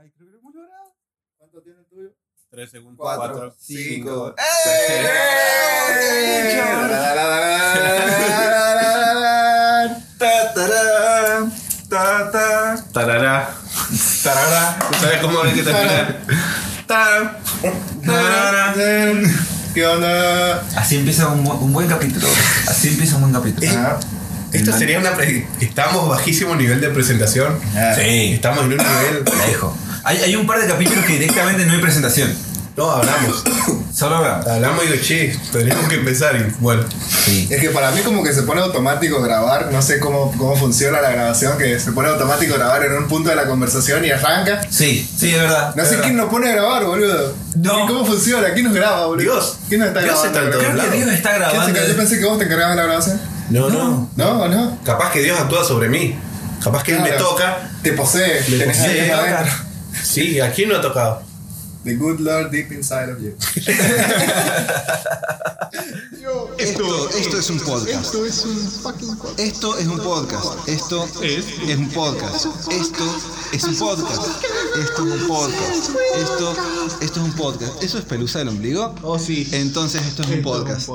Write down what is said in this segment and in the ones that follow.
Ay, creo que es mucho grado. ¿Cuánto tiene el tuyo? 3 segundos. Cuatro, 4. cinco. ¡Eh! ¡Eh! Tararán, tararán, Tarará. Tarará. ¿Tú sabes cómo hay que terminar? Tarará. Tarará. tararán. ¿Qué onda? Así empieza un, bu- un buen capítulo. Así empieza un buen capítulo. Ah, Esto sería una. pre- Estamos bajísimo nivel de presentación. ah. Sí, Estamos en un nivel. la dijo. Hay, hay un par de capítulos que directamente no hay presentación. No, hablamos. Solo hablamos. Hablamos y digo, che, tenemos que empezar. Y bueno, Sí. Es que para mí como que se pone automático grabar, no sé cómo, cómo funciona la grabación, que se pone automático grabar en un punto de la conversación y arranca. Sí, sí, es verdad. No es sé verdad. quién nos pone a grabar, boludo. No. ¿Y ¿Cómo funciona? ¿Quién nos graba, boludo? Dios. ¿Quién nos está Dios grabando? está en boludo? todo. Creo que Dios está ¿Quién se grabando. encarga? Yo pensé que vos te encargabas de la grabación. no, No. no. ¿No o no? Capaz que Dios actúa sobre mí. Capaz que Él me Claro. toca. E. Te posee. Me Tenés posee. a alguien Me toca. adentro. Sí, ¿a quién no ha tocado? The good Lord deep inside of you. Esto, esto es un podcast. Esto es un podcast. Esto es un podcast. Esto es, un podcast. Esto es un podcast. Esto es un podcast. Esto, esto es un podcast. ¿Eso es pelusa del ombligo? Oh, sí. Entonces esto es un podcast.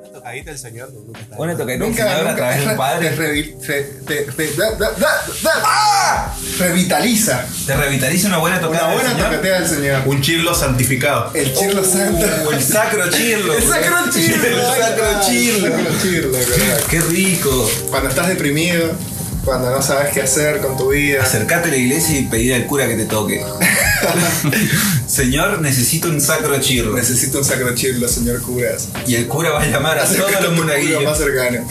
Una tocadita el Señor. Bueno, toca Nunca, a través de un nunca. Te, padre. revi- re- te- te- da- da- da- da- Revitaliza. Te revitaliza una buena tocada. Una del buena ¡Ah! Señor. tocatea del señor. Un chirlo santificado. El chirlo santo. Uh, el sacro chirlo. El sacro chirlo. El sacro chirlo. El sacro chirlo, carajo. Qué rico. Cuando estás deprimido, cuando no sabes qué hacer con tu vida. Acercate a la iglesia y pedir al cura que te toque. Señor, necesito un sacro chirro. Necesito un sacro chirlo, señor curas. Y el cura va a llamar a todos Acércate a los tu cura monaguillos. más cercano.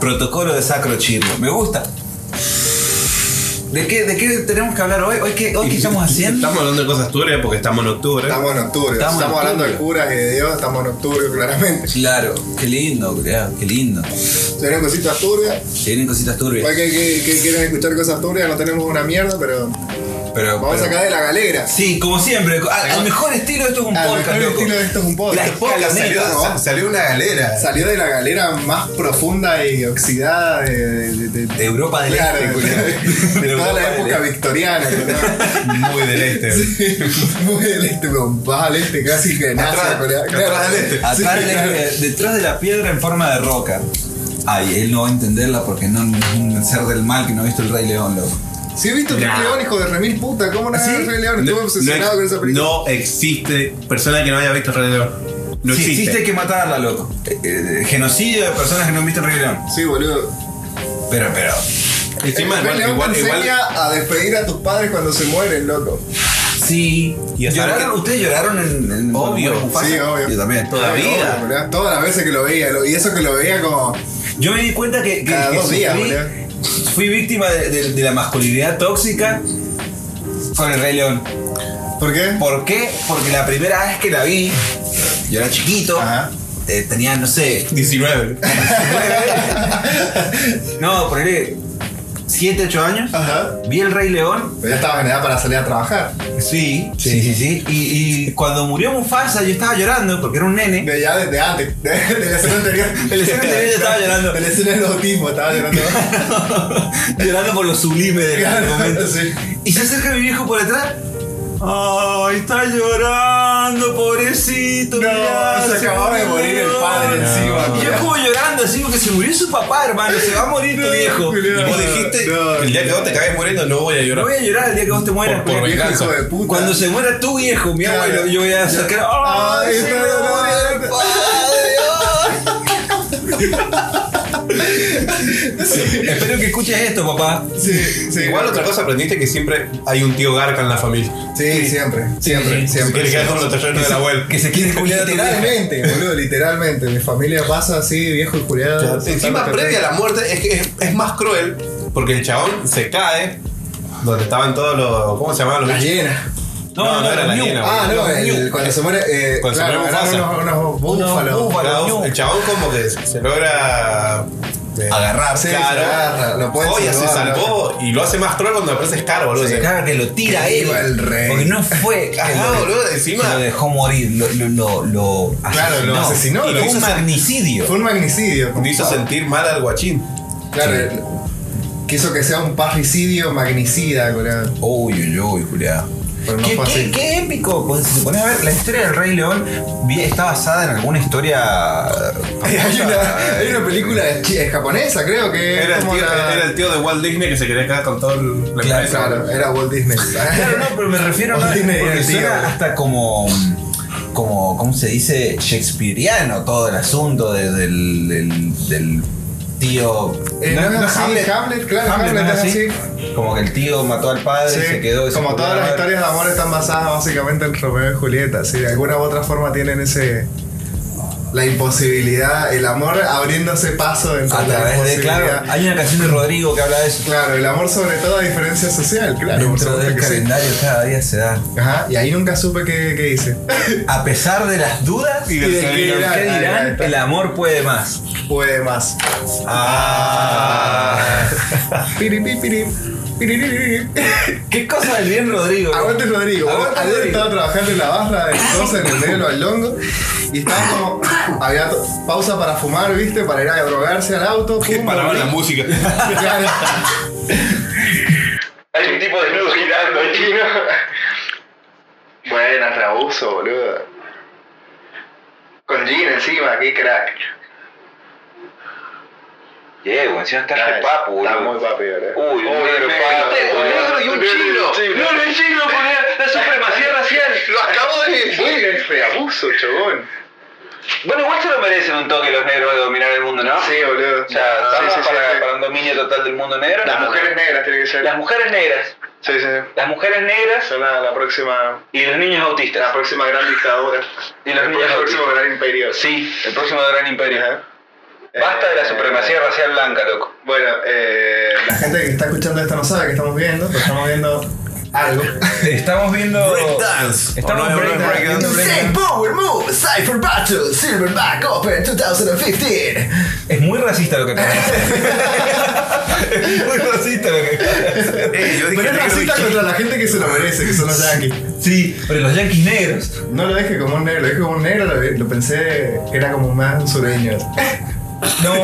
Protocolo de sacro chirro. Me gusta. ¿De qué, ¿De qué tenemos que hablar hoy? ¿Hoy qué, hoy qué estamos haciendo? Estamos hablando de cosas turbias porque estamos en octubre. Estamos en octubre. Estamos Estamos, en hablando de octubre. curas y de Dios. Estamos en octubre, claramente. Claro, qué lindo, culiao, qué lindo. Tenemos cositas turbias. Se vienen cositas turbias. Para que, que- que quieran escuchar cosas turbias, no tenemos una mierda, pero Pero, vamos pero- acá de la galera. Sí, como siempre. a- Al mejor estilo esto es un Al podcast, mejor loco. Ah, estilo de esto es un podcast. Las pocas salió, netas. sa- salió una galera. Salió de la galera más profunda y oxidada de, de- de- De Europa del Claro, Este, culiao. de- de De toda Europa la del época Este. victoriana. ¿no? Muy del este. Muy del este, pero vas al este casi que nace. Atrás- colega. atrás del este. Atrás Sí, de- claro. eh, detrás de la piedra en forma de roca. Ay, él no va a entenderla porque no es un ser del mal que no ha visto el Rey León, loco. Si he visto el Rey Nah. León, hijo de remil puta, ¿cómo no ¿Ah, sí? el Rey León? Estuve No- obsesionado no, con esa película. No existe persona que no haya visto Rey León. No Sí, existe. hay que matarla, loco. Eh, eh, genocidio de personas que no han visto el Rey León. Sí, boludo. Pero, pero. Encima, el Rey igual, León igual, te igual- enseña a despedir a tus padres cuando se mueren, loco. Sí. Y hasta ¿Lloraron? ahora que- ¿Ustedes lloraron en, Obvio. en cuando muere Mufasa? Sí, obvio. Yo también. Todavía. Ay, obvio, boludo. Todas las veces que lo veía, lo- y eso que lo veía como. Yo me di cuenta que, que- Cada que dos días, sufrí- fui víctima de, de- de la masculinidad tóxica con el Rey León. ¿Por qué? ¿Por qué? Porque la primera vez que la vi, yo era chiquito, Ajá. eh, tenía, no sé, 19. no, ponele 7, 8 años. Ajá. Vi el Rey León. Pero ya estabas en edad para salir a trabajar. Sí, sí, sí, sí. Y, y cuando murió Mufasa yo estaba llorando porque era un nene. De ya desde antes, de, de la escena anterior. De la escena anterior ya estaba llorando. De la escena del autismo estaba llorando. llorando por lo sublime del Claro, momento. sí. Y se acerca mi viejo por detrás. Ay, está llorando, pobrecito. No, mirá, se acababa de murió morir el padre encima, Y yo mirá. como llorando así porque se murió su papá, hermano. Se va a morir tu viejo. Julián. Y vos dijiste, No, el día que no. vos te cagues muriendo no voy a No llorar. voy a llorar el día que vos te mueras. Por- por porque- venganza. Hijo de puta. Cuando se muera tu viejo, mi Claro. abuelo, yo voy a sacar. ¡Ay, Ay, se me no, no, murió el no. padre! ay! Espero que escuches esto, papá. Sí, sí. Igual otra cosa aprendiste que siempre hay un tío Garca en la familia. Sí, siempre, siempre, Se siempre. quiere quedar con los terrenos de la abuela. Que se quiere culiar a tu vieja. Literalmente, boludo, literalmente. Mi familia pasa así, viejo y culiado. Encima, previa a la muerte, es que es, es más cruel porque el chabón se cae donde estaban todos los. ¿Cómo se llamaban los La bichos? llena. No, no, no, era la no. hiena. Ah, no, el- cuando se muere. eh, Cuando se claro, muere eran Mufasa. unos, unos Unos búfalos. búfalos. Claro, el chabón como que se logra eh, de Agarrarse. Sí, Claro. se agarra, lo puede Joya se salvar, ¿no? salvó y lo hace más troll cuando aparece Scar, boludo. Se Se- caga Pues que lo tira Que él. viva el rey. Porque no fue. que Ajá, lo- boludo, encima- que Lo dejó morir. Lo, lo, lo, lo Claro, lo asesinó, Y lo fue hizo un asesin- magnicidio. Fue un magnicidio. Me hizo sentir mal al guachín. Claro, quiso que sea un parricidio magnicida, colega. Uy, uy, uy, Julián. Pero no ¿Qué, fue qué, así. qué épico. Pues, si te pones a ver, la historia del Rey León vi- está basada en alguna historia. Hay una, hay una película chi- eh, japonesa, creo que es Era el, como tío, la- era el tío de Walt Disney que se quería quedar con todo el, la Claro, empresa. Claro, era Walt Disney. Claro, no, pero me refiero no, Sí, me porque divertí, suena güey. hasta como como ¿cómo se dice? shakespeariano todo el asunto de- del, del, del tío Eh, no, no, sí, Hamlet, claro, Hamlet, ¿no es así. como que el tío mató al padre Sí, y se quedó como todas las historias de amor están basadas básicamente en Romeo y Julieta, sí, de alguna u otra forma tienen ese la imposibilidad, el amor abriéndose paso entre a la través de imposibilidad. claro hay una canción de Rodrigo que habla de eso Claro, el amor sobre toda diferencia social, claro. por dentro supuesto del que sí. calendario cada día se da Ajá, y ahí nunca supe qué, qué hice. a pesar de las dudas Y del del qué qué dirán, ahí dirán está. el amor puede más Puede más. ah. Piripi, piri, piriri. qué cosa del bien Rodrigo ¿no? Aguante Rodrigo. Aguante, Ayer Rodrigo. estaba trabajando en la barra de cosas en el negro al longo y estaba como. Había to- pausa para fumar, viste, para ir a drogarse al auto. Que pum, paraban volví. la música. Claro. Hay un tipo desnudo girando, chino. Buena, Rabuso, boludo. Con jean encima, qué crack. Diego, encima está Nah, re papu, Está boludo. muy papi, boludo. Uy, un negro papu, Un boludo. negro y un chino. No, no, un chino, boludo. La supremacía racial. Lo acabo de decir. Es reabuso, chogón. Bueno, igual se lo merecen un toque los negros de dominar el mundo, ¿no? Sí, boludo. O sea, sí, estamos sí, sí, para, sí. para un dominio total del mundo negro. Las No, no. mujeres negras tienen que ser. Las mujeres negras. Sí, sí, sí. Las mujeres negras Son la, la próxima. y los niños La autistas. próxima gran dictadura. Y los El niños próximo autistas. gran imperio. Sí, el próximo gran imperio. Ajá. Basta de la Eh, supremacía racial blanca, loco. Bueno, eh. La gente que está escuchando esto no sabe que estamos viendo, pero estamos viendo algo. Estamos viendo. Breakdance. Estamos ¿O no? break- Breakdance. break- Power Move, Cypher Battle, Silverback Open 2015. Es muy racista lo que acabas de hacer. Es muy racista lo que acabas de hacer. Eh, Pero yo dije es negro y racista chino. contra la gente que se lo merece, que son los yankees. Sí, pero los yanquis negros. No lo dije como un negro, lo dije como un negro, lo, lo pensé que era como más un sureño. No.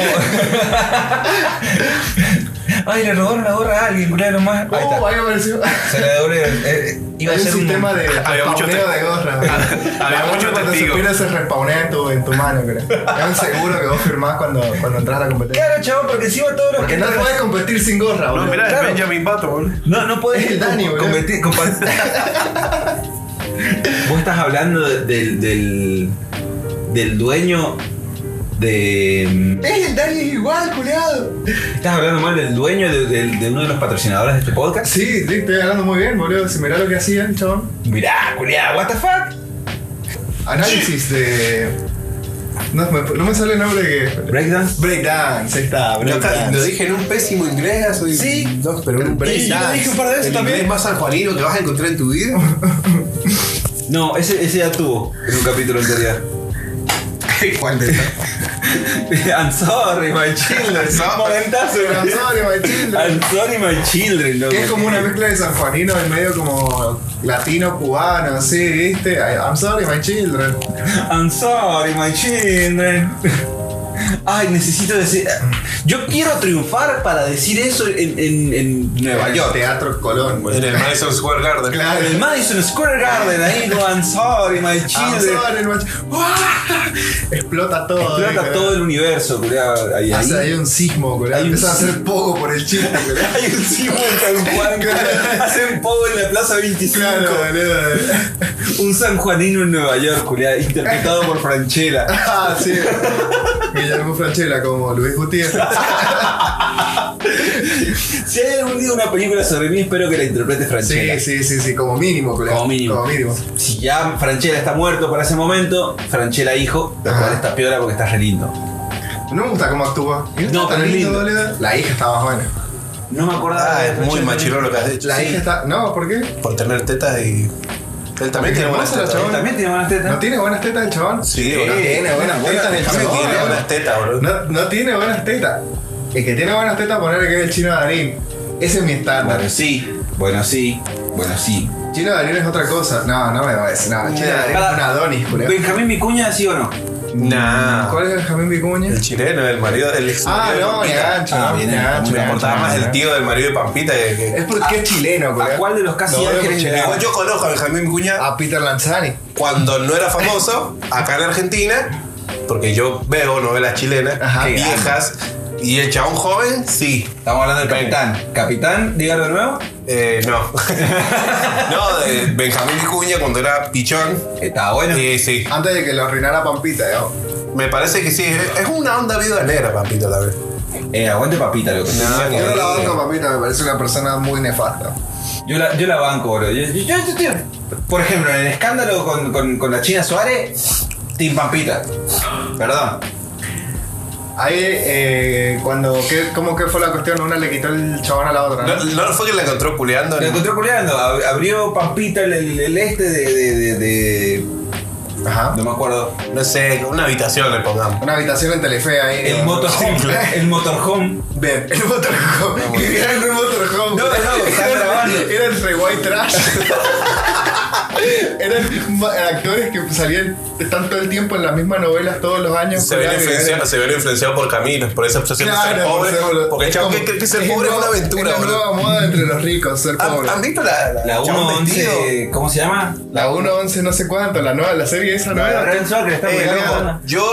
Ay, le robaron la gorra a alguien, culiao, lo más. Ahí Oh, está. ahí apareció. Se la devolvieron. Eh, iba Hay a un ser un. sistema de Había mucho respawneo te- de gorra. había La mucho gorra cuando se testigo. pierde se respawnea en tu, en tu mano, creo. Es un seguro que vos firmás cuando, cuando entras a la competencia. Claro, chabón, porque encima todos los Porque que no podés competir sin gorra, No, boludo. mirá, es Claro. Benjamin Button, boludo. No, no podés Es el Dani, boludo. competir- compa- Vos estás hablando de- del, del, del dueño de. mm, Es el Dani igual, culiado. ¿Estás hablando mal del dueño de, de- de uno de los patrocinadores de este podcast? Sí, sí, estoy hablando muy bien, boludo. Si mirá lo que hacían, chabón. Mirá, culiá, what the fuck? Análisis de. No me, no me sale el nombre que. Breakdance. Breakdance, ahí está, Yo acá breakdance. Lo dije en un pésimo inglés. Soy Sí. No, pero un breakdance. Y yo lo dije un par de veces El también. inglés más sanjuanino que vas a encontrar en tu vida. No, ese, ese ya tuvo en un capítulo anterior. ¿Cuál de estos? I'm sorry, my children. Momentazo, I'm bro. sorry, my children. I'm sorry, my children, loco. Que es como una mezcla de sanjuanino y medio como latino cubano, así, ¿viste? I- I'm sorry, my children. I'm sorry, my children. Ay, necesito decir. Yo quiero triunfar para decir eso en, en- en Nueva York. Teatro Colón, Pues En güey. el Madison Square Garden. Claro. En el Madison Square Garden, ahí digo, I'm sorry, my I'm children. sorry, my children. Explota todo. Explota ¿viste? todo el universo, culiado. Ahí, O sea, ahí. hay un sismo, güey. Hay un Empieza a hacer sismo. poco por el chiste, güey. Hay un sismo en San Juan, culiao. Hacen pogo en la Plaza 25. Claro, boludo. Un sanjuanino en Nueva York, culiao, interpretado por Franchella. Ah, sí. Guillermo Franchella como Luis Gutiérrez. Si hay algún día una película sobre mí, espero que la interprete Franchella. Sí, sí, sí, sí, como mínimo, güey. Como mínimo. Como mínimo. Si ya Franchella está muerto para ese momento, Franchella hijo, lo Ajá. cual está piola porque está re lindo. No me gusta cómo actúa. No, Está pero es lindo. boludo. La hija está más buena. No me acordaba Ah, de es muy Franchella. machirón lo que has dicho. La hija está. No, ¿por qué? Por tener tetas y. Él también tiene buenas Hermosa la tetas. chabona. También tiene buenas tetas. ¿No tiene buenas tetas el chabón? Sí, boludo. tiene buenas tetas el Jamie chabón. tiene buenas tetas, boludo. No, no tiene buenas tetas. El que tiene buenas tetas, ponerle que es el chino Darín. Ese es mi estándar. Bueno, sí. Bueno, sí. Bueno, sí. Chino Darín es otra cosa. No, no me va a decir nada. Chino Darín es Para- un Adonis, culiao. Benjamín Vicuña, sí o no. Nah. ¿Cuál es el Jamín Vicuña? El chileno, el marido del ex. Ah, marido de no, Pampita. ya ancho. Ah, bien, ya ancho, me ya Importaba ancho, más ya el tío del marido de Pampita que. que- Es porque es chileno, ¿A culiao. cuál de los casi Lo odio por ángeles de chileno. Igual yo conozco a Benjamín Cuña A Peter Lanzani. cuando no era famoso, acá en Argentina, porque yo veo novelas chilenas, Ajá. viejas, y el chabón joven, sí. Estamos hablando del capitán. Capitán, dígalo de nuevo. Eh, no. no, de Benjamín Vicuña cuando era pichón. Está bueno. Sí, sí. Antes de que lo arruinara Pampita, ¿eh? yo. Me parece que sí. Es una onda vida negra, Pampito, la vez. Eh, aguante papita, loco. Yo no la Eh. banco, papita, me parece una persona muy nefasta. Yo la, yo la banco, bro. Yo, yo- yo- yo- yo- por ejemplo, en el escándalo con, con- con la China Suárez, Team Pampita. Perdón. Ahí, eh, cuando, ¿qué, ¿cómo que fue la cuestión? Una le quitó el chabón a la otra, ¿no? No, no fue que la encontró culeando. La en- encontró culeando. Ab- Abrió Pampita el, el- el este de, de- de- de- Ajá. No me acuerdo. No sé, una habitación le pongamos. Una habitación en Telefe ahí. El ¿no? motorhome. El motorhome. Ven, el motorhome. Era el motorhome. No, no, está Era- grabando. Era el re white trash. Eran ma- actores que salían, están todo el tiempo en las mismas novelas todos los años. Se ven Era- influenciado, se ven influenciado por caminos, por esa obsesión de ser Claro, pobre. por ser- porque el es chabón como- que cree que ser pobre es una nueva- aventura, Es la boludo. Ah, nueva moda entre los ricos, ser ¿Han, pobre. han visto la, la, La el chabón 111. ¿Cómo se llama? La 1.11 no sé cuánto, la nueva, la serie esa La nueva. Lorenzo, que le está Eh, pegando. loco, yo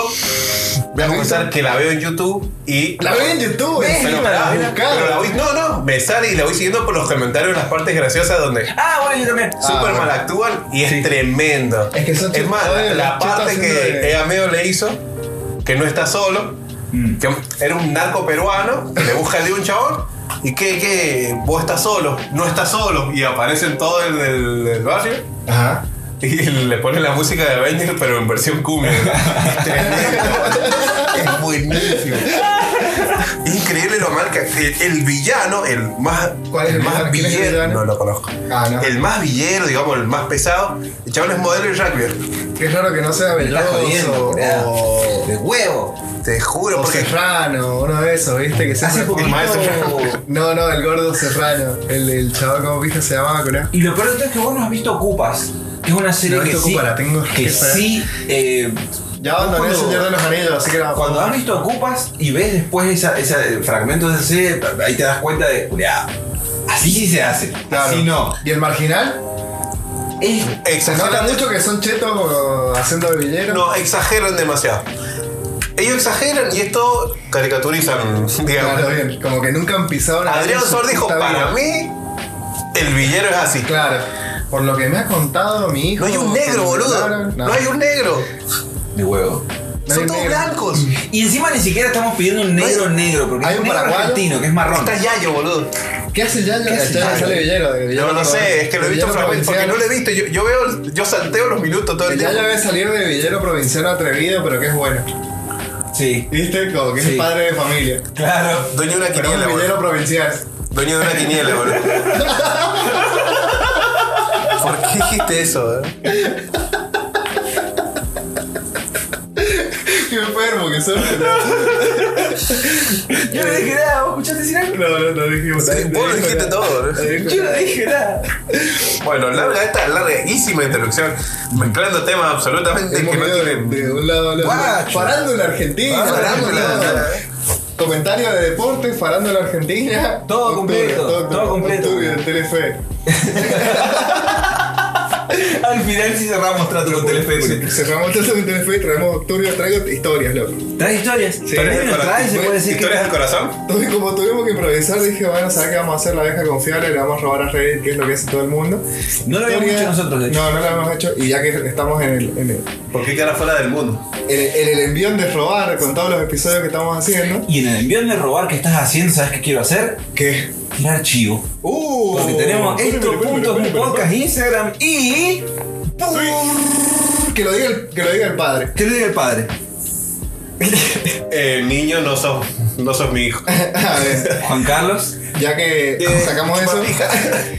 voy a confesar que la veo en YouTube y. La veo en YouTube, Pero, encima la la, buscaron. pero la voy, no, no, me sale y la voy siguiendo por los comentarios, las partes graciosas donde Ah, bueno, yo también. Superman bueno. actúan y es tremendo. Es que son es más, la, chistes, la chistes parte que haciendo de- Egameo le hizo, que no está solo, Mm. que era un narco peruano, que le busca el de un chabón. ¿Y que que Vos estás solo, no estás solo. Y aparecen todos en el, el barrio Ajá. y le ponen la música de Avengers, pero en versión cumbia. Es buenísimo. Increíble lo mal que el, el villano, el más, ¿Cuál es el más villano? ¿Quién es el villero, villano? no lo conozco. Ah, no. El más villero, digamos, el más pesado, el chabón es modelo y rugby. Qué raro que no sea Está jodiendo, Veloso culiao. Oh. o, De huevo. Te juro, o porque Serrano, uno de esos, ¿viste? Que Hace siempre- poquito- No, no, el gordo Serrano. El, el chaval, como viste, se llamaba, culiao. Y lo peor de todo es que vos no has visto Ocupas, que es una serie No he que visto sí, Ocupa, la tengo que que saber. sí, eh, Ya abandoné el Señor de los Anillos, así que era cuando has visto Ocupas y ves después esa, ese fragmento de esa serie, ahí te das cuenta de, "Culeá, así sí se hace, Claro. así no. ¿Y el marginal? Es Se nota mucho que son chetos o haciendo villero. no, exageran demasiado. Ellos exageran y esto caricaturizan, digamos. Claro, bien. Como que nunca han pisado nada. Adrián Sor dijo, para mí, el villero es así. Claro. Por lo que me ha contado mi hijo. No hay un que negro, me boludo. hablaron, No hay un negro. De huevo. No hay Son un todos negro. blancos. Y encima ni siquiera estamos pidiendo un negro negro, porque hay es un un negro paraguayo. argentino, que es marrón. Está Yayo, boludo. ¿Qué hace Yayo? ¿Qué hace Yayo Yayo? sale villero. de Yo villero no sé, provincial. es que lo he visto Villero fragmentos, porque provincial. no lo he visto. Yo, yo veo, yo salteo los minutos todo el El Yayo día. debe salir de villero provinciano atrevido, pero que es bueno. Sí, ¿Viste? Como que es Sí. padre de familia. claro. Dueño de una Pero es quiniela, un boludo. villero provincial. Dueño de una quiniela, boludo. ¿Por qué dijiste eso, eh? Qué enfermo que son. Yo no dije nada, ¿vos escuchaste decir algo? No, no, no dijimos Sí, vos lo dijiste todo, boludo. Yo no dije nada. Bueno, larga esta larguísima introducción, mezclando temas absolutamente Hemos que no ido de, tienen. de un lado a otro. Guacho. Farándula Argentina. Farándula. Comentario de deporte, farándula Argentina. eh. Todo completo, todo completo. Octubio, de Telefe. Al final sí cerramos trato con Telefe. Cerramos todo con Telefe y traemos Octubio, traigo historias, loco. Trae historias. También Historias lo del trae, se corazón. puede decir Historias que. del corazón. Y como tuvimos que improvisar, dije, bueno, ¿sabes qué vamos a hacer? La vieja confiable, le vamos a robar a Reddit, que es lo que hace todo el mundo. No lo habíamos Historia- hecho nosotros, de hecho. No, no lo habíamos hecho. Y ya que estamos en el, en el, ¿Por qué queda fuera del mundo? en- en el envión de robar con todos los episodios que estamos haciendo. Y en el envión de robar que estás haciendo, ¿sabes qué quiero hacer? ¿Qué? Tirar archivo. ¡Uh! Porque tenemos Espérame, estos espérame, puntos, un espérame, podcast, Instagram y. espérame. Que lo diga el, que lo diga el padre. ¿Qué le diga el padre? Eh, niño, no sos, no sos mi hijo. A ver. Juan Carlos. ya que Eh, sacamos eso. chupapija.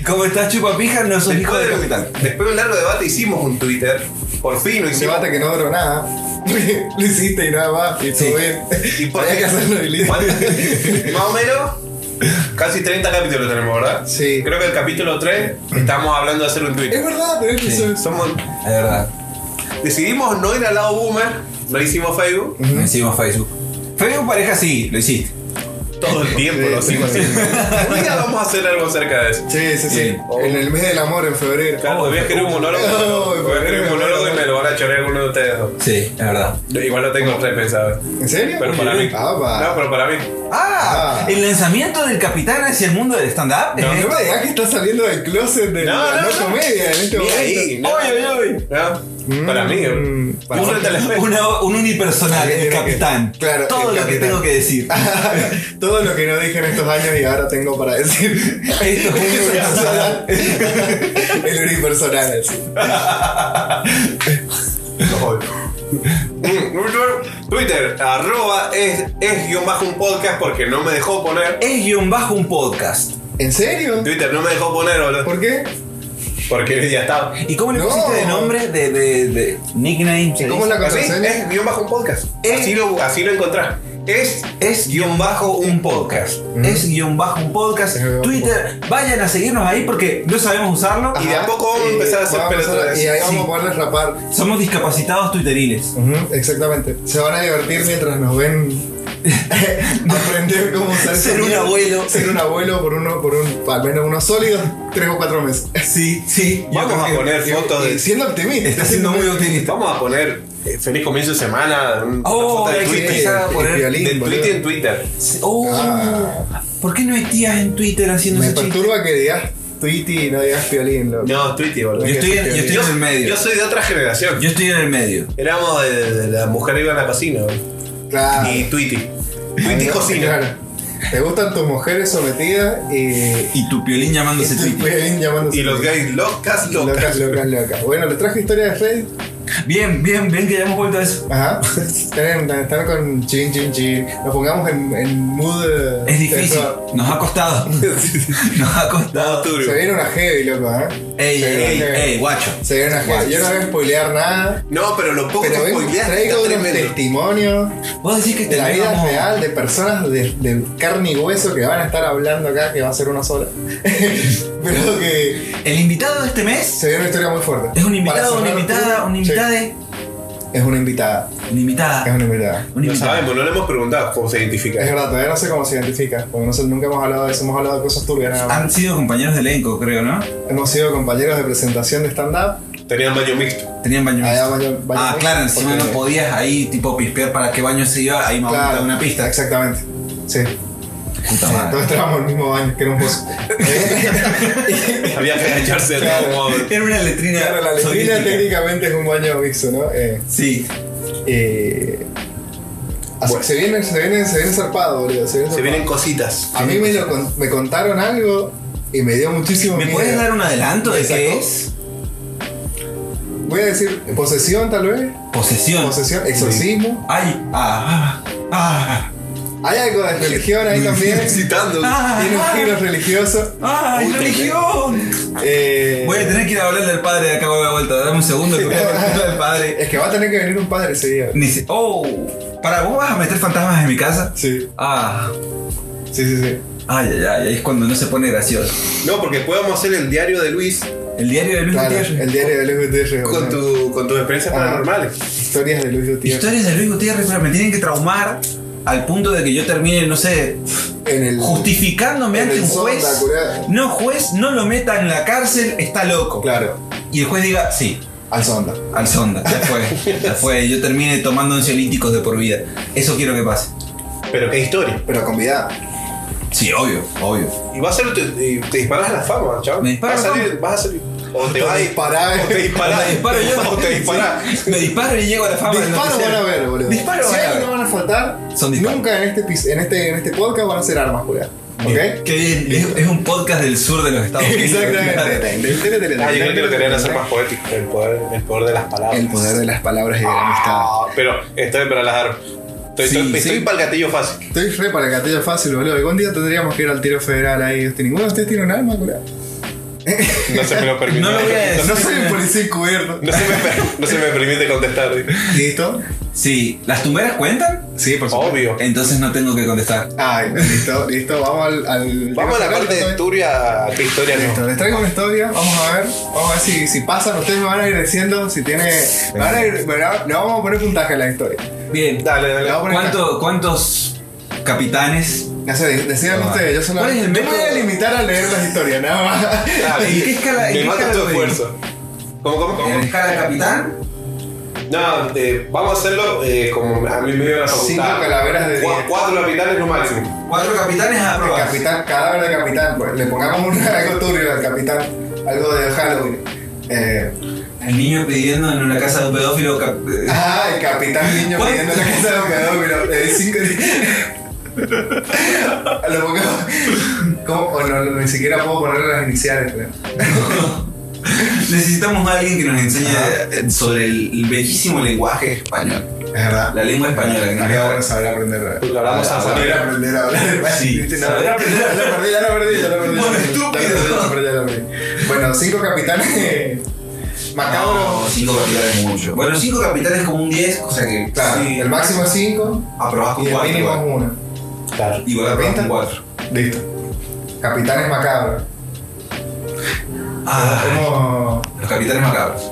¿Cómo estás, chupapija? No sos hijo Después, de de capital. después de un largo debate hicimos un Twitter. Por fin lo Un hicimos. debate que no duró nada. Lo hiciste y nada más. Y todo bien. Y por- Había que hacerlo y listo. ¿Cuánto? Más o menos. Casi 30 capítulos tenemos, ¿verdad? Sí. Creo que el capítulo 3 estamos hablando de hacer un Es Twitter. verdad, tenés razón. Somos, Es verdad. decidimos no ir al lado boomer, no hicimos Facebook. No hicimos Facebook. Facebook pareja sí, lo hiciste. Todo el tiempo lo sigo haciendo. Un día vamos a hacer algo acerca de eso. Sí, sí, sí. Bien. En el mes del amor, en febrero. Claro, voy a escribir un Oh, monólogo. Voy a escribir un monólogo y me lo van a chorear alguno de ustedes dos. Sí, es verdad. Yo Igual lo tengo repensado. ¿En serio? Pero para mí. Ah, va. No, pero para mí. Ah, Ah. el lanzamiento del capitán hacia el mundo del stand-up. No, me digas que estás saliendo del closet de No, la no, no, no. comedia en este Mira ahí, momento. no. No, Para mí. Mm, para Uno de teléfono. Una- un unipersonal, el Tiene que- capitán. claro, Todo el lo que capitán. Ah. tengo que decir. Todo lo que no dije en estos años y ahora tengo para decir. Esto es un unipersonal. el unipersonal, así. Twitter, arroba es, es guión bajo un podcast porque no me dejó poner. Es guión bajo un podcast. ¿En serio? Twitter no me dejó poner, boludo. ¿Por qué? Porque ya estaba. ¿Y cómo le No. pusiste de nombre? De, de, de nickname. se ¿Cómo dice? la Así, contraseña? es guión bajo un podcast. Es- Así lo, así lo encontrás. Es Es guión bajo un podcast. Es guión bajo un podcast. Es guión bajo Twitter, vayan a seguirnos ahí porque no sabemos usarlo. Y de Ajá, a poco vamos a Ah, y empezar a hacer vamos pelotudeces. Y ahí vamos Sí. a poder derrapar. Somos discapacitados twitteriles. Ujú, exactamente. Se van a divertir mientras nos ven aprender cómo usar Ser esa un mierda. abuelo. Ser un abuelo por uno, por un, al menos unos sólidos tres o cuatro meses. Sí, sí. Vamos a poner fotos Y de. siendo optimista. Está siendo muy optimista. Vamos a poner eh, feliz comienzo de semana. un- una Oh, foto de hay que Twitter. empezar a poner De Twitter en Twitter. Oh, Ah. ¿Por qué no hay tías en Twitter haciendo Me ese chiste? perturba que digas Tweety y no digas piolín, loco. No, Twitter, boludo. Yo estoy, en, yo estoy Yo- en el medio. Yo Yo, soy de otra generación. estoy en el medio. Éramos de, de la mujer iba a la cocina. boludo. Claro. Y Twitty. Twitty Claro. cocina. Te gustan tus mujeres sometidas y. Y tu piolín llamándose tu Twitter. piolín llamándose Y los Tweety. gays locas, Locas, locas, locas. locas. Bueno, les traje historia de Freddy. Bien, bien, bien que ya hemos vuelto a eso. Ajá. Están, están con chin, chin, chin. Nos pongamos en, en mood. eh, Es difícil. eso. Nos ha costado. Nos ha Dado costado. Se turbio. viene una heavy, loco, ¿eh? Ey, se ey, viene ey, una heavy. ey, guacho. Se viene una heavy. Yo no voy a spoilear nada. No, pero lo poco que Pero vengo- spoileaste traigo está unos tremendo. testimonios Vos decís que de la vida tenemos- real, de personas de, de carne y hueso que van a estar hablando acá, que va a ser una sola. Pero que El invitado de este mes se viene una historia muy fuerte. es un Para invitado, una cerrar invitada, tú- una Sí, invitada, es una invitada. una Es invitada, una invitada. una No invitada. sabemos, no le hemos preguntado cómo se identifica. Es verdad, todavía no sé cómo se identifica, porque no sé- nunca hemos hablado de eso, hemos hablado de cosas turbias nada más. Han sido compañeros de elenco, creo, ¿no? Hemos sido compañeros de presentación de stand-up. Tenían baño mixto. Tenían baño Allá mixto. baño- baño Ah, mixto, claro, encima porque- no podías ahí tipo pispear para qué baño se iba, ahí me Claro, claro. una pista. Exactamente. Sí. Puta madre. Todos estábamos en el mismo baño, que era un pozo. Había que agacharse de Claro. todo modo. Era una letrina. claro, la soviética. letrina técnicamente es un baño mixto, ¿no? Eh, Sí. eh, así- Bueno. Se viene, se viene, se viene zarpado, boludo. Se viene Se vienen zarpado. cositas. A mí me, lo con- me contaron algo y me dio muchísimo ¿Me miedo. puedes dar un adelanto de Exacto. qué es? Voy a decir posesión, tal vez. Posesión. Posesión, exorcismo. Ay, ah, ah, Hay algo de religión ahí también. Citando. ah, Tiene un giro religioso. ah, ¡Ay, Uy, religión! Eh, Voy a tener que ir a hablarle al padre de acá voy a la vuelta. Dame un segundo que voy a hablarle al padre. Es que va a tener que venir un padre ese día. Ni si- Oh, para vos vas a meter fantasmas en mi casa. Sí, Ah, sí, sí, sí. ay, ay, ay, ahí es cuando no se pone gracioso. No, porque podemos hacer el diario de Luis El diario de Luis Claro, Gutiérrez. el diario de Luis Gutiérrez. con, boludo. tu, con tus experiencias Ah. paranormales. Historias de Luis Gutiérrez. Historias de Luis Gutiérrez pero me tienen que traumar al punto de que yo termine, no sé, En el. justificándome en ante el un juez. sonda, curá. No, juez, no lo meta en la cárcel, está loco. Claro, Y el juez diga, sí, al sonda. al sonda, ya fue, ya fue. Yo termine tomando ansiolíticos de por vida. Eso quiero que pase. Pero qué historia. Pero con vida. Sí, obvio, obvio. Y va a ser, te, y te disparas a la fama, chaval. Me disparo vas a a la salir, vas a salir. O te Te vas a disparar. disparar. O te disparas. Me disparo yo. O te disparas. Me disparo y llego a la fama. del Disparos van noticiero. a ver, boludo. Disparos si van a algo ver. no van a faltar, Son disparos. nunca en este, pis- en, este, en este podcast van a ser armas, curá. ¿Ok? Qué bien, Eh, es, es un podcast del sur de los Estados Unidos. Exactamente. Ah, yo creo que lo querían hacer más poético. El poder, el poder de las palabras. El poder de las palabras y de la amistad. Ah, pero estoy para las armas. Estoy, Sí, estoy- sí. estoy para el gatillo fácil. Estoy re para el gatillo fácil, boludo. Algún día tendríamos que ir al tiro federal ahí. Este, Ninguno de ustedes tiene un arma, cura. No se me lo permite. No lo voy a decir. No soy un policía encubierto. No se me, per- no se me permite contestar. ¿Listo? Sí, ¿las tumberas cuentan? Sí, por supuesto. Obvio. Entonces no tengo que contestar. Ay, listo, listo. Vamos al. al- Vamos a la parte de historia. ¿Qué historia Listo, no? les traigo una historia, vamos a ver, vamos a ver si, si pasan, ustedes me van a ir diciendo si tiene. me van a ir- me la- le vamos a poner puntaje a la historia. Bien. Dale, dale. Le vamos a poner ¿Cuánto- ¿Cuántos capitanes? No sé, decidan ustedes, yo solo. ¿Cuál es el yo me voy a método? limitar a leer las historias, nada más. Dale. ¿En qué escala- en Me qué mata escala tu lo digo? esfuerzo. ¿Cómo, cómo, cómo? ¿En eh, escala de capitán? No, eh, vamos a hacerlo eh, como a mí me dio la facultad. Cinco calaveras de Cu- diez. Cuatro capitanes lo máximo. Cuatro capitanes aprobados. Capitán, cadáver de capitán, pues le pongamos un, algo turbio al capitán, algo de Halloween. Eh, El niño pidiendo en una casa de un pedófilo. cap- eh, ah, el capitán niño ¿Cuánto? pidiendo la casa de los pedófilos. Eh, cinco. Lo pongamos. ¿Cómo? O no, no, ni siquiera puedo poner las iniciales, creo. Necesitamos a alguien que nos enseñe Ah. eh, sobre el el bellísimo lenguaje español. Es verdad. La lengua española. que nos Estaría bueno ahora. saber aprender. eh. Lo hablamos a Saber salir. aprender a hablar. Sí. ¿Viste? No, ya lo perdí, ya lo perdí, ya lo perdí, ya lo perdí. Bueno, Ya lo perdí, estúpido. ya lo perdí, ya lo perdí. Bueno, cinco capitanes No, macabros. cinco capitanes mucho. Bueno, cinco capitanes como un 10, o sea que. Claro, sí, el máximo es cinco aprobás y con el cuatro. mínimo es igual. uno. Igual aprobás con cuatro. Listo. Capitanes macabros. Ah, Hemos, los capitanes macabros.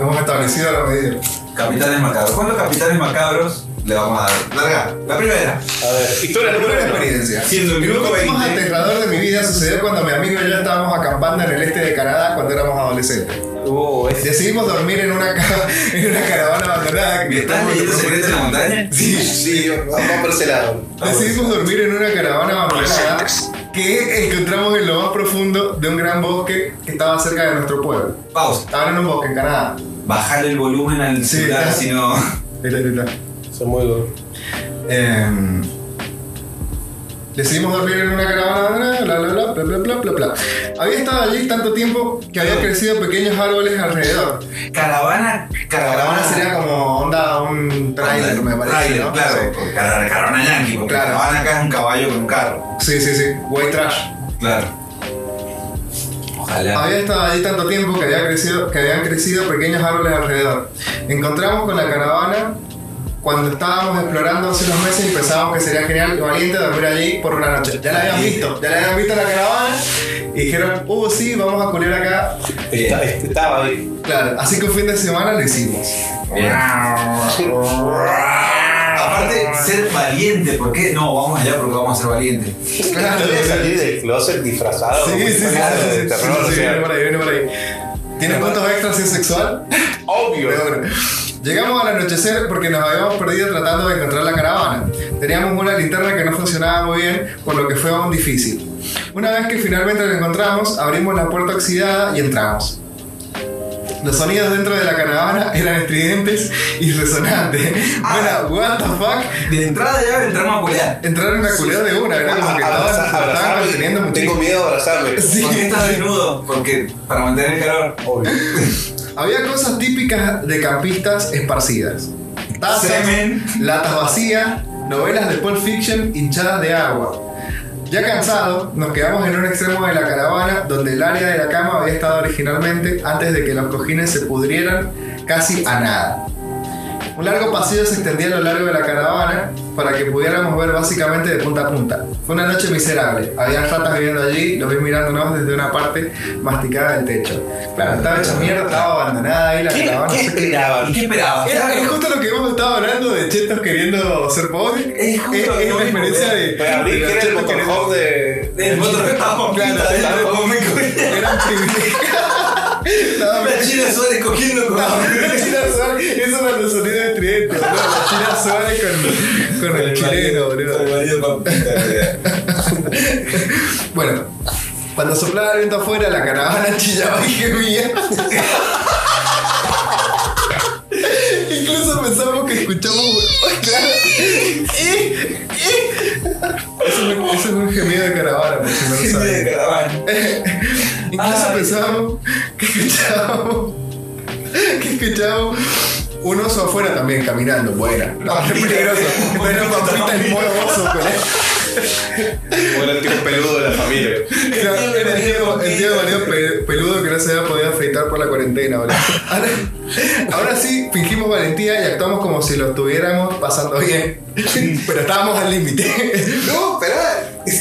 hemos establecido la medida. Capitanes macabros. ¿Cuántos capitanes macabros le vamos a dar? Larga, la primera. A ver, historia número Primera uno. experiencia. Siendo el El grupo momento más 20. aterrador de mi vida sucedió cuando mi amigo y yo estábamos acampando en el este de Canadá cuando éramos adolescentes. Oh, es- Decidimos dormir en una, ca- en una caravana abandonada. ¿Me que estás estábamos- leyendo secreto de la montaña? Sí, vamos por ese lado. Decidimos dormir en una caravana abandonada que encontramos en lo más profundo de un gran bosque que estaba cerca de nuestro pueblo. Pausa. Estaban en un bosque en Canadá. Bajar el volumen al Sí, celular, está. si no. Ahí está, ahí está. Son muy duros. Em, decidimos dormir en una caravana, bla bla bla bla bla bla bla bla. Había estado allí tanto tiempo que había crecido pequeños árboles alrededor. Caravana. Caravana sería como onda un trailer, me parece. Trailer, ¿no? claro. porque car- Caravana yankee, porque Claro. caravana acá es un caballo con un carro. Sí, sí, sí. White trash. Claro. Ojalá. Había estado allí tanto tiempo que, había crecido, que habían crecido pequeños árboles alrededor. Encontramos con la caravana cuando estábamos explorando hace unos meses y pensábamos que sería genial y valiente dormir allí por una noche. Ya la habían visto, ya la habían visto en la caravana y dijeron, uh, sí, vamos a culiar acá. Está- este, Estaba ahí. Claro, así que un fin de semana lo hicimos. Bien. Aparte, ser valiente, ¿por qué? No, vamos allá porque vamos a ser valientes. Claro, Yo salí del closet disfrazado. Ah, Sí, como sí, sí, sí, disfrazado sí, de sí, terror, sí, o sí, sea, viene por ahí, viene por ahí. ¿Tiene puntos extras si es sexual? Obvio. Pero bueno, Llegamos al anochecer porque nos habíamos perdido tratando de encontrar la caravana. Teníamos una linterna que no funcionaba muy bien, por lo que fue aún difícil. Una vez que finalmente la encontramos, abrimos la puerta oxidada y entramos. Los sonidos dentro de la caravana eran estridentes y resonantes. Ah. Bueno, what the fuck. De entrada ya entramos a culear. Entraron a culiar de una, era como que Abraza- estaban, se estaban abrazarme. conteniendo Tengo muchísimo. miedo de abrazarme. Sí. ¿Por qué estás desnudo? Porque para mantener el calor. Había cosas típicas de campistas esparcidas. Tazas, Semen. latas vacías, novelas de Pulp Fiction hinchadas de agua. Ya cansado, nos quedamos en un extremo de la caravana donde el área de la cama había estado originalmente antes de que los cojines se pudrieran casi a nada. Un largo pasillo se extendía a lo largo de la caravana para que pudiéramos ver básicamente de punta a punta. Fue una noche miserable. Había ratas viviendo allí, los vi mirándonos desde una parte masticada del techo. Claro, estaba hecha mierda, estaba abandonada ahí la caravana. no sé qué. ¿Y qué esperabas? Era- es justo lo que hemos estado hablando de chetos queriendo ser pobres. Es justo lo es la mismo, experiencia de. Pero abrí de que los era el chetos queriendo- motorhome de. El otro que estaba Claro, estaba estaba- con mi culear. Era un privilegio. Estaba- La china Suárez cogiendo con. La China Suárez, eso era los sonidos de tridente, boludo. La China Suárez con, con el chileno, boludo. Bueno, cuando soplaba el viento afuera, la caravana chillaba y gemía. Incluso pensamos que escuchamos. Claro. Eso es un- eso es un gemido de caravana, por si no lo saben. Incluso Ay. pensábamos que escuchábamos que escuchábamos Un oso afuera también caminando, buena. Re peligroso. Pero papita es muy oso, pero- Bueno, el tío peludo de la familia. Claro, Era el tío, el tío Mario pe- peludo que no se había podido afeitar por la cuarentena, boludo. Ahora, ahora sí, fingimos valentía y actuamos como si lo estuviéramos pasando bien. Pero estábamos al límite. No, pero.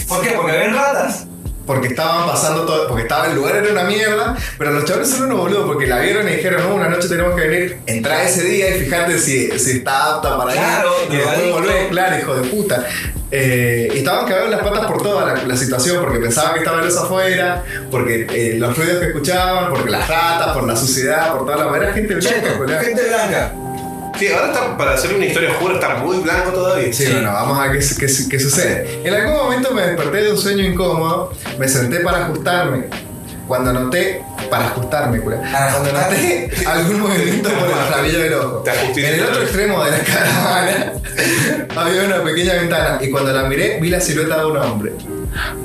¿Por qué? Porque ven ratas. Porque estaban pasando todo, porque estaba el lugar era una mierda, pero los chavales son unos boludos porque la vieron y dijeron, no, una noche tenemos que venir, entra ese día y fijate si, si está apta para Claro, ir. Y después drogadicto. volvés, claro, hijo de puta. Eh, y estaban cagados en las patas por toda la, la situación, porque pensaban que estaba luz afuera, porque eh, los ruidos que escuchaban, porque las ratas, por la suciedad, por toda la manera, gente blanca, Cheto, colega. gente blanca. Sí, ahora está, para hacer una historia oscura, está muy blanco todavía. Sí, bueno, vamos a ver qué, su- qué su- qué sucede. En algún momento me desperté de un sueño incómodo, me senté para ajustarme. Cuando noté, para ajustarme, cura. Ah, Cuando noté algún movimiento por el rabillo del ojo. Te ajustiste. En el otro extremo de la caravana había una pequeña ventana y cuando la miré vi la silueta de un hombre.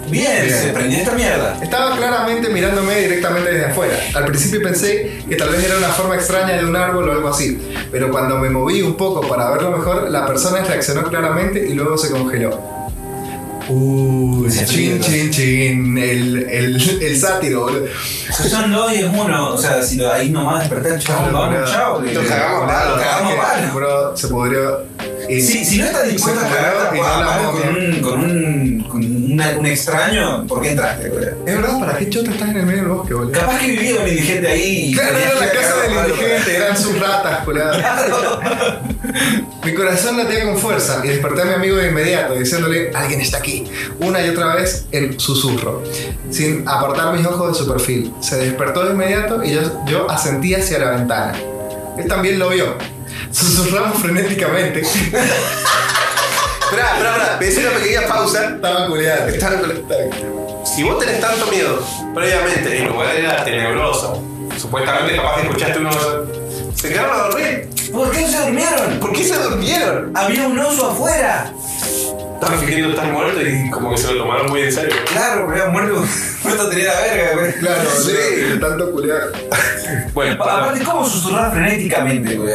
Bien, se prendió esta mierda. Estaba claramente mirándome directamente desde afuera. Al principio pensé que tal vez era una forma extraña de un árbol o algo así, pero cuando me moví un poco para verlo mejor, la persona reaccionó claramente y luego se congeló. Uy, chin, chin, chin, el, el, el sátiro, boludo. Esos son dos y es uno. O sea, si lo, ahí nomás despertar, chao, vamos, chao. que- Lo cagamos Lo mal. cagamos Eh, Que, mal. bro, se podría... y- Si, si no estás dispuesto a Se cagaron cagarte y no a la palo con, momia. un, con, un, con una- un extraño, ¿por qué entraste, güey? Es verdad, ¿para qué choto estás en el medio del bosque, boludo? Capaz que vivía un indigente ahí. y Claro, tenías era la que casa cagar a del palo, indigente, eran sus ratas, boludo. Claro. Mi corazón latía con fuerza y desperté a mi amigo de inmediato diciéndole, alguien está aquí, una y otra vez en susurro, sin apartar mis ojos de su perfil. Se despertó de inmediato y yo, yo asentí hacia la ventana. Él también lo vio. Susurramos frenéticamente. Espera, espera, espera. Me hice una pequeña pausa. Estaban culiados. Estaban culiados. Si vos tenés tanto miedo, previamente, el lugar era tenebroso. Supuestamente capaz que escuchaste uno. Se quedaron a dormir. ¿Por qué no se durmieron? ¿Por qué se durmieron? Había un oso afuera. Estaban fingiendo estar muertos y como que se lo tomaron muy en serio. Claro, había muerto. Muerto tenía la verga, güey. Claro, Sí. boludo, de tanto culiar. Bueno, Pa- Aparte, ¿cómo susurrar frenéticamente, güey?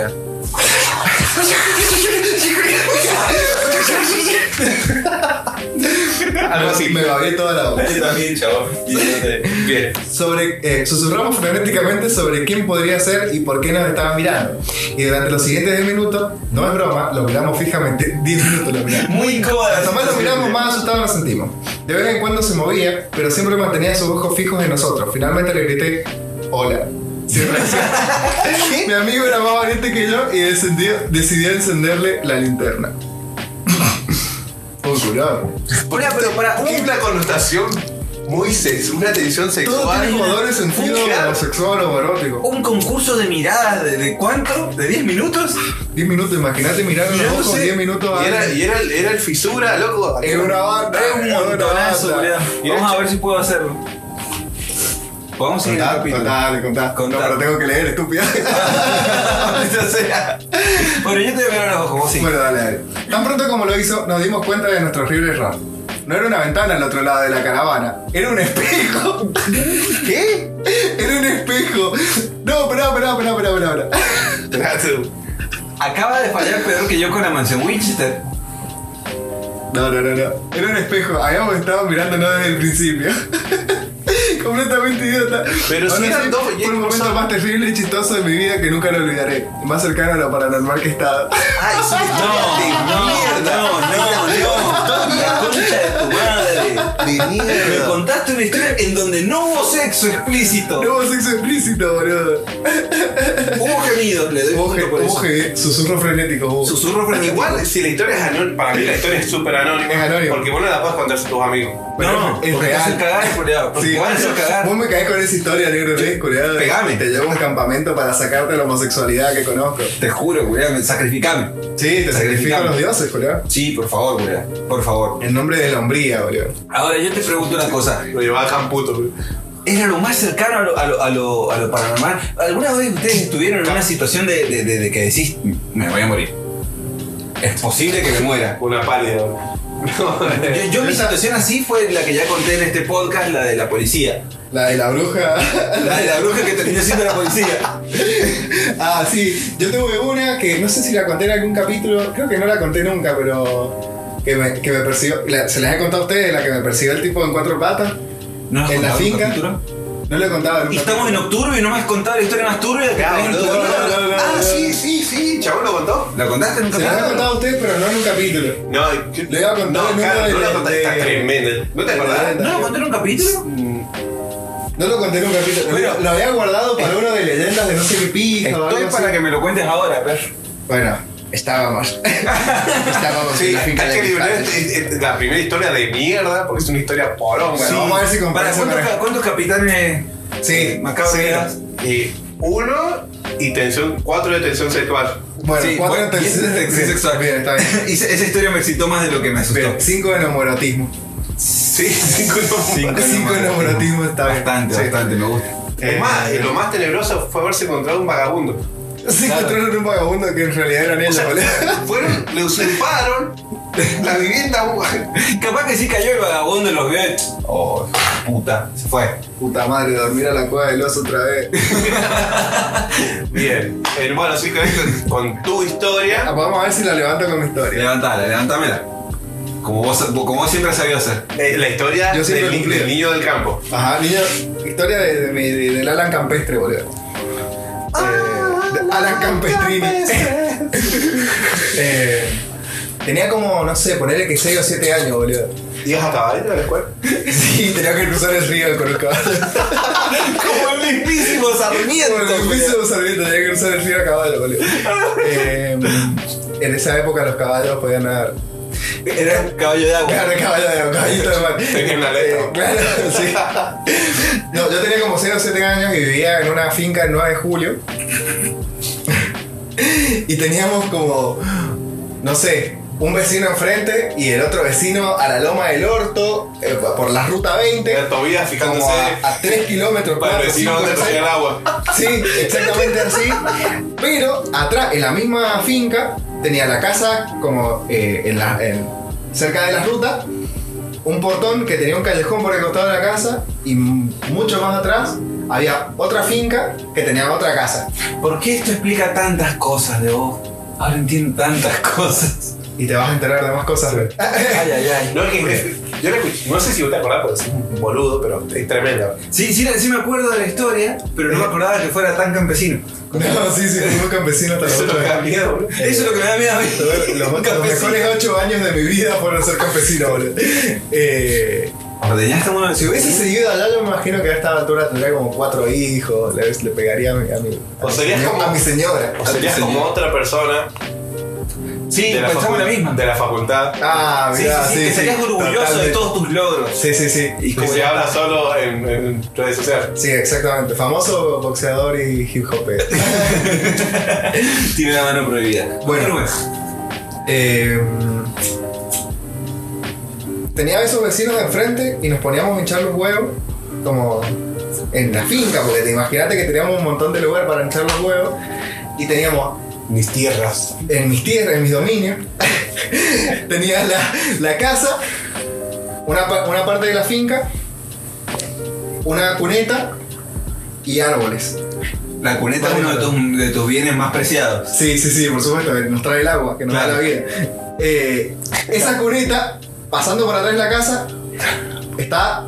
algo así. Me babié toda la boca. También, chabón. eh, Bien. sobre, eh, susurramos frenéticamente sobre quién podría ser y por qué nos estaban mirando. Y durante los siguientes 10 minutos, no es broma, lo miramos fijamente. 10 minutos lo miramos. Muy incómoda. Cuanto más lo miramos, más asustados nos sentimos. De vez en cuando se movía, pero siempre mantenía sus ojos fijos en nosotros. Finalmente le grité, hola. Sin reacción. Mi amigo era más valiente que yo y decidió, decidió encenderle la linterna. Un curado. Una, pero para una connotación muy sexual, una tensión Todo sexual. tiene como doble sentido Claro. homosexual o erótico. Un concurso de miradas de, de cuánto? ¿De 10 minutos? 10 minutos, imagínate mirar en los ojos Mirándose, 10 minutos Y a era, y era, el- era el fisura, loco. Es una banda. Es un montonazo, boludo. Vamos a ver si puedo hacerlo. Vamos a ir al Contá, capítulo. contá, contá. Contá. No, pero tengo que leer, estúpida. Bueno, yo te voy a mirar los ojos, vos sí. Bueno, dale, dale. Tan pronto como lo hizo, nos dimos cuenta de nuestro horrible error. No era una ventana al otro lado de la caravana, era un espejo. ¿Qué? Era un espejo. No, pará, pará, pará, pará, pará. pará. Acaba de fallar peor que yo con la mansión Winchester. No, no, no, no. Era un espejo. Habíamos estado mirándonos desde el principio. Completamente idiota. Pero Aún si eran así, dos Fue el proyectos, momento ¿sabes? más terrible y chistoso de mi vida que nunca lo olvidaré. Más cercano a lo paranormal que he estado. Ay, sí, No, no, no, no, no. La concha de tu madre. de Me mierda. contaste una historia en donde no hubo sexo explícito. No hubo sexo explícito, boludo. Hubo gemidos, le doy Hubo punto por ge- hubo eso. ge- susurro frenético. hubo. Susurro Pero frenético. Igual, si la historia es anónima, para mí la historia es súper anónima. Es anónima. Porque vos no la puedes contar a tus amigos. Pero no, es porque real. te hacen cagar, culiao, porque Sí, te van a hacer cagar. vos me caes con esa historia, negro rey, culiado. Pegame. Te llevo a un campamento para sacarte la homosexualidad que conozco. Te juro, culiao, sacrificame. Sí, te sacrifico a los dioses, culiado. Sí, por favor, culiao, por favor. En nombre de la hombría, boludo. Ahora yo te pregunto una cosa. Lo llevaba a Camputo. güey. Era lo más cercano a lo, a lo- a lo- a lo paranormal. ¿Alguna vez ustedes estuvieron en una situación de, de- de- de que decís, me voy a morir? Es posible que me muera. Una pálida. güey. Yo, yo mi Esa- situación así fue la que ya conté en este podcast, la de la policía. La de la bruja. La de la bruja que terminó siendo la policía. ah, sí. Yo tuve una que no sé si la conté en algún capítulo. Creo que no la conté nunca, pero. Que me, que me persiguió. la- se les he contado a ustedes la que me persiguió el tipo en cuatro patas. ¿No has en la contado tu finca. capítulo? No lo he contado nunca. Y estamos en octubre y no me has contado la historia más turbia que tenés en tu boludo, vida. no, no, no, Ah, no. sí, sí, sí, chabón lo contó. ¿La contaste nunca? Se les he contado a ustedes, pero no en un capítulo. No, Le iba a contar el no, número claro, no de- la contaste, está de- tremenda. ¿No te acordás? ¿No lo conté en un capítulo? No lo conté en un capítulo. Bueno, lo había guardado para uno de leyendas de no sé qué pija o Estoy algo así. para que me lo cuentes ahora, perro. Bueno, estábamos. estábamos Sí, en la finca hay de que mis librar padres. este- la primera historia de mierda, porque es una historia poronga. Bueno, ¿no? vamos a ver si ¿Para compramos cuántos, ca- eh, cuántos capitanes Sí, macabros sí. eras? Y uno y tensión, cuatro de tensión sexual. Bueno, Sí, cuatro bueno, este entonces- bien, bien, sexual. Bien, está bien. Y se- Esa historia me excitó más de lo que me asustó. Bien, cinco en homoerotismo. Sí, cinco no. Cinco en homoerotismo está bien. Bastante, Sí. bastante, me gusta. Es más, eh, lo más tenebroso fue haberse encontrado un vagabundo. Se encontraron un vagabundo que en realidad eran ellos, boludo. Fueron, le usurparon la vivienda. Capaz que sí cayó el vagabundo y los vio. y- Oh, puta, se fue. Puta madre, dormir a la cueva del oso otra vez. Bien, eh, bueno, sí, con, esto- con tu Ah, historia. Vamos a ver si la levanto con mi historia. Levantala, levantamela. Como vos, como vos siempre has sabido hacer. eh, La historia Yo siempre del, ni- cumplí. del niño del campo. Ajá, niño. Historia de, de mi, de- del Alan Campestre, boludo. Eh, de Alan Campestrini. Eh, tenía como, no sé, ponerle que 6 o 7 años, boludo. ¿Ibas a caballero a la escuela? Sí, tenía que cruzar el río con el caballo. Como el mismísimo Sarmiento. Bueno, el piso de un sarmiento tenía que cruzar el río a caballo, boludo. Eh, en esa época los caballos podían nadar. Era un caballo de agua. Claro, caballo de caballito de mar. Tenía una letra. Eh, claro, sí. No, yo tenía como 0 o 7 años y vivía en una finca el 9 de julio. Y teníamos como, no sé, un vecino enfrente y el otro vecino a la loma del orto, eh, por la ruta 20. Era Tobías Como fijándose a, 3 kilómetros para el cuatro, vecino cinco, donde seis. traía el agua. Sí, exactamente así. Pero atrás, en la misma finca, tenía la casa como eh, en la- en- cerca de la ruta, un portón que tenía un callejón por el costado de la casa y m- mucho más atrás había otra finca que tenía otra casa. ¿Por qué esto explica tantas cosas de vos? Ahora entiendo tantas cosas. Y te vas a enterar de más cosas. güey. Ay, ay, ay. No, que- que- yo la escuché, no sé si vos te acordás porque es un boludo, pero es tremenda. Sí, sí, sí me acuerdo de la historia, pero no me acordaba que fuera tan campesino. No, sí, sí, fui un campesino hasta los Eso es lo que ocho da años. miedo, boludo. Eso es lo que me da miedo a mí. Los, los Campesino. mejores 8 años de mi vida fueron ser campesino, boludo. Eh, Ordeñaste a uno de Si hubiese seguido allá, yo me imagino que a esta altura tendría como cuatro hijos, le, le pegaría a mi, a mi, O a mi serías señor- como- a mi señora. O serías como otra persona Sí, de la, pensamos la facu- misma. de la facultad Ah, Sí, sí, mirá, sí, que serías orgulloso de totalmente. todos tus logros. Sí, sí, sí. Y que como se ya habla está. solo en, en redes sociales. Sí, exactamente. Famoso boxeador y hip hop. Tiene la mano prohibida. Bueno. Pero Eh, tenía esos vecinos de enfrente y nos poníamos a hinchar los huevos como en la finca, porque te imagínate que teníamos un montón de lugar para hinchar los huevos y teníamos Mis tierras. en mis tierras, en mis dominios, tenía la, la casa, una, pa- una parte de la finca, una cuneta y árboles. La cuneta es uno de tus, de tus bienes más preciados. Sí, sí, sí, por supuesto, que nos trae el agua, que nos Claro. da la vida. Eh, esa cuneta, pasando por atrás de la casa, está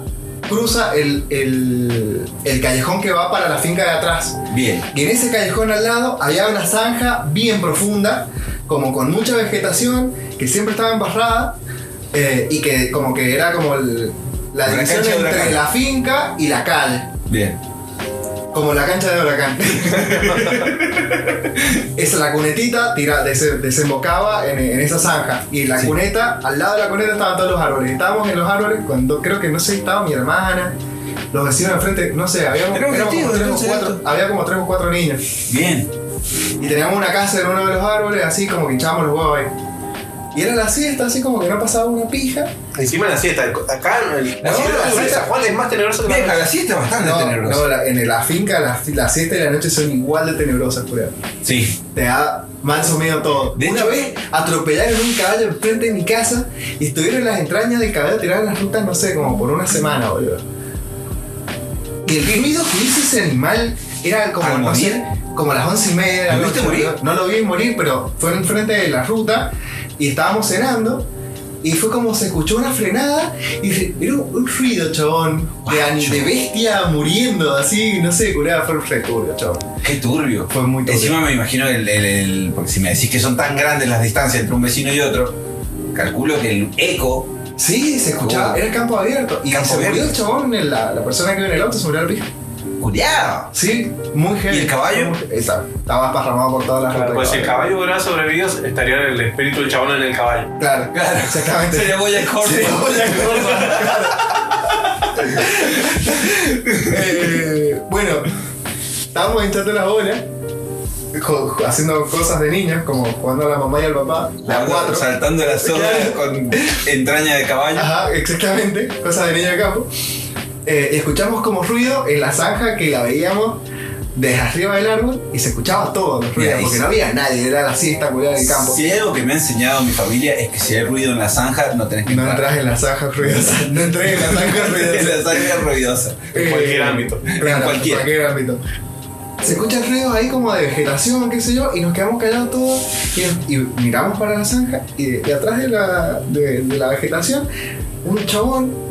cruza el, el- el callejón que va para la finca de atrás. Bien. Y en ese callejón al lado había una zanja bien profunda, como con mucha vegetación, que siempre estaba embarrada eh, y que como que era como el- la Una división cancha de entre huracán. la finca y la cal, Bien. como la cancha de huracán. esa la cunetita tira, des- desembocaba en, en esa zanja y la Sí. cuneta, al lado de la cuneta estaban todos los árboles. Estábamos en los árboles cuando creo que no sé, estaba mi hermana. Los vecinos de enfrente, no sé, habíamos, Era un éramos festivo, como tres o entonces, cuatro- esto. había como tres o cuatro niños. Bien. Y teníamos una casa en uno de los árboles, así como que hinchábamos los huevos ahí. Y era la siesta, así como que no pasaba una pija. Encima de la siesta. Acá el, La la siesta, siesta la de siesta. San Juan es más tenebroso que la Vieja, la siesta es bastante No, Ah, tenebrosa. no, la- en la finca la, la siesta y la noche son igual de tenebrosas, cuidado. Sí. Te da manso miedo todo. De Una hecho- vez atropellaron un caballo enfrente de mi casa y estuvieron las entrañas del caballo tiradas en las rutas, no sé, como por una semana, boludo. Y el ruido que hizo ese animal era como, ¿Al no sé, morir? como las once y media de la ¿Lo viste noche, morir? boludo. No lo vi morir, pero fue enfrente de la ruta y estábamos cenando. Y fue como se escuchó una frenada y se- era un, un ruido, chabón, de, ani- de bestia muriendo, así, no sé, curada, fue un returbio, chabón. Qué turbio. Fue muy turbio. Encima me imagino el, el- el- Porque si me decís que son tan grandes las distancias entre un vecino y otro, calculo que el eco. Sí, se escuchaba, Oh. era el campo abierto. Y Campo se murió abierto. el chabón, el- la, la persona que iba en el auto se murió al piso. ¡Culeado! Sí, muy heavy. ¿Y el caballo? Exacto, estaba esparramado por todas las rutas. Pues si el caballo hubiera sobrevivido, estaría el espíritu del chabón en el caballo. Claro, claro, exactamente. Se le voy a corte. Se le voy a cortar, claro. Eh, bueno, estábamos hinchando las bolas, jo- jo- haciendo cosas de niños, como jugando a la mamá y al papá, la cuatro. Saltando la soga Claro. con entraña de caballo. Ajá, exactamente, cosas de niño de campo. Eh, y escuchamos como ruido en la zanja que la veíamos desde arriba del árbol y se escuchaba todo los ruidos, ahí porque sí. no había nadie, era la siesta culera del campo. Si hay algo que me ha enseñado mi familia es que si hay ruido en la zanja, no tenés que No entrar. entras en la zanja ruidosa, no entré en la zanja en ruidosa. la zanja ruidosa. Eh, En cualquier ámbito. Claro, En cualquier. ámbito. Se escuchan ruidos ahí como de vegetación, qué sé yo, y nos quedamos callados todos y, y miramos para la zanja y de, de atrás de la, de- de la vegetación, un chabón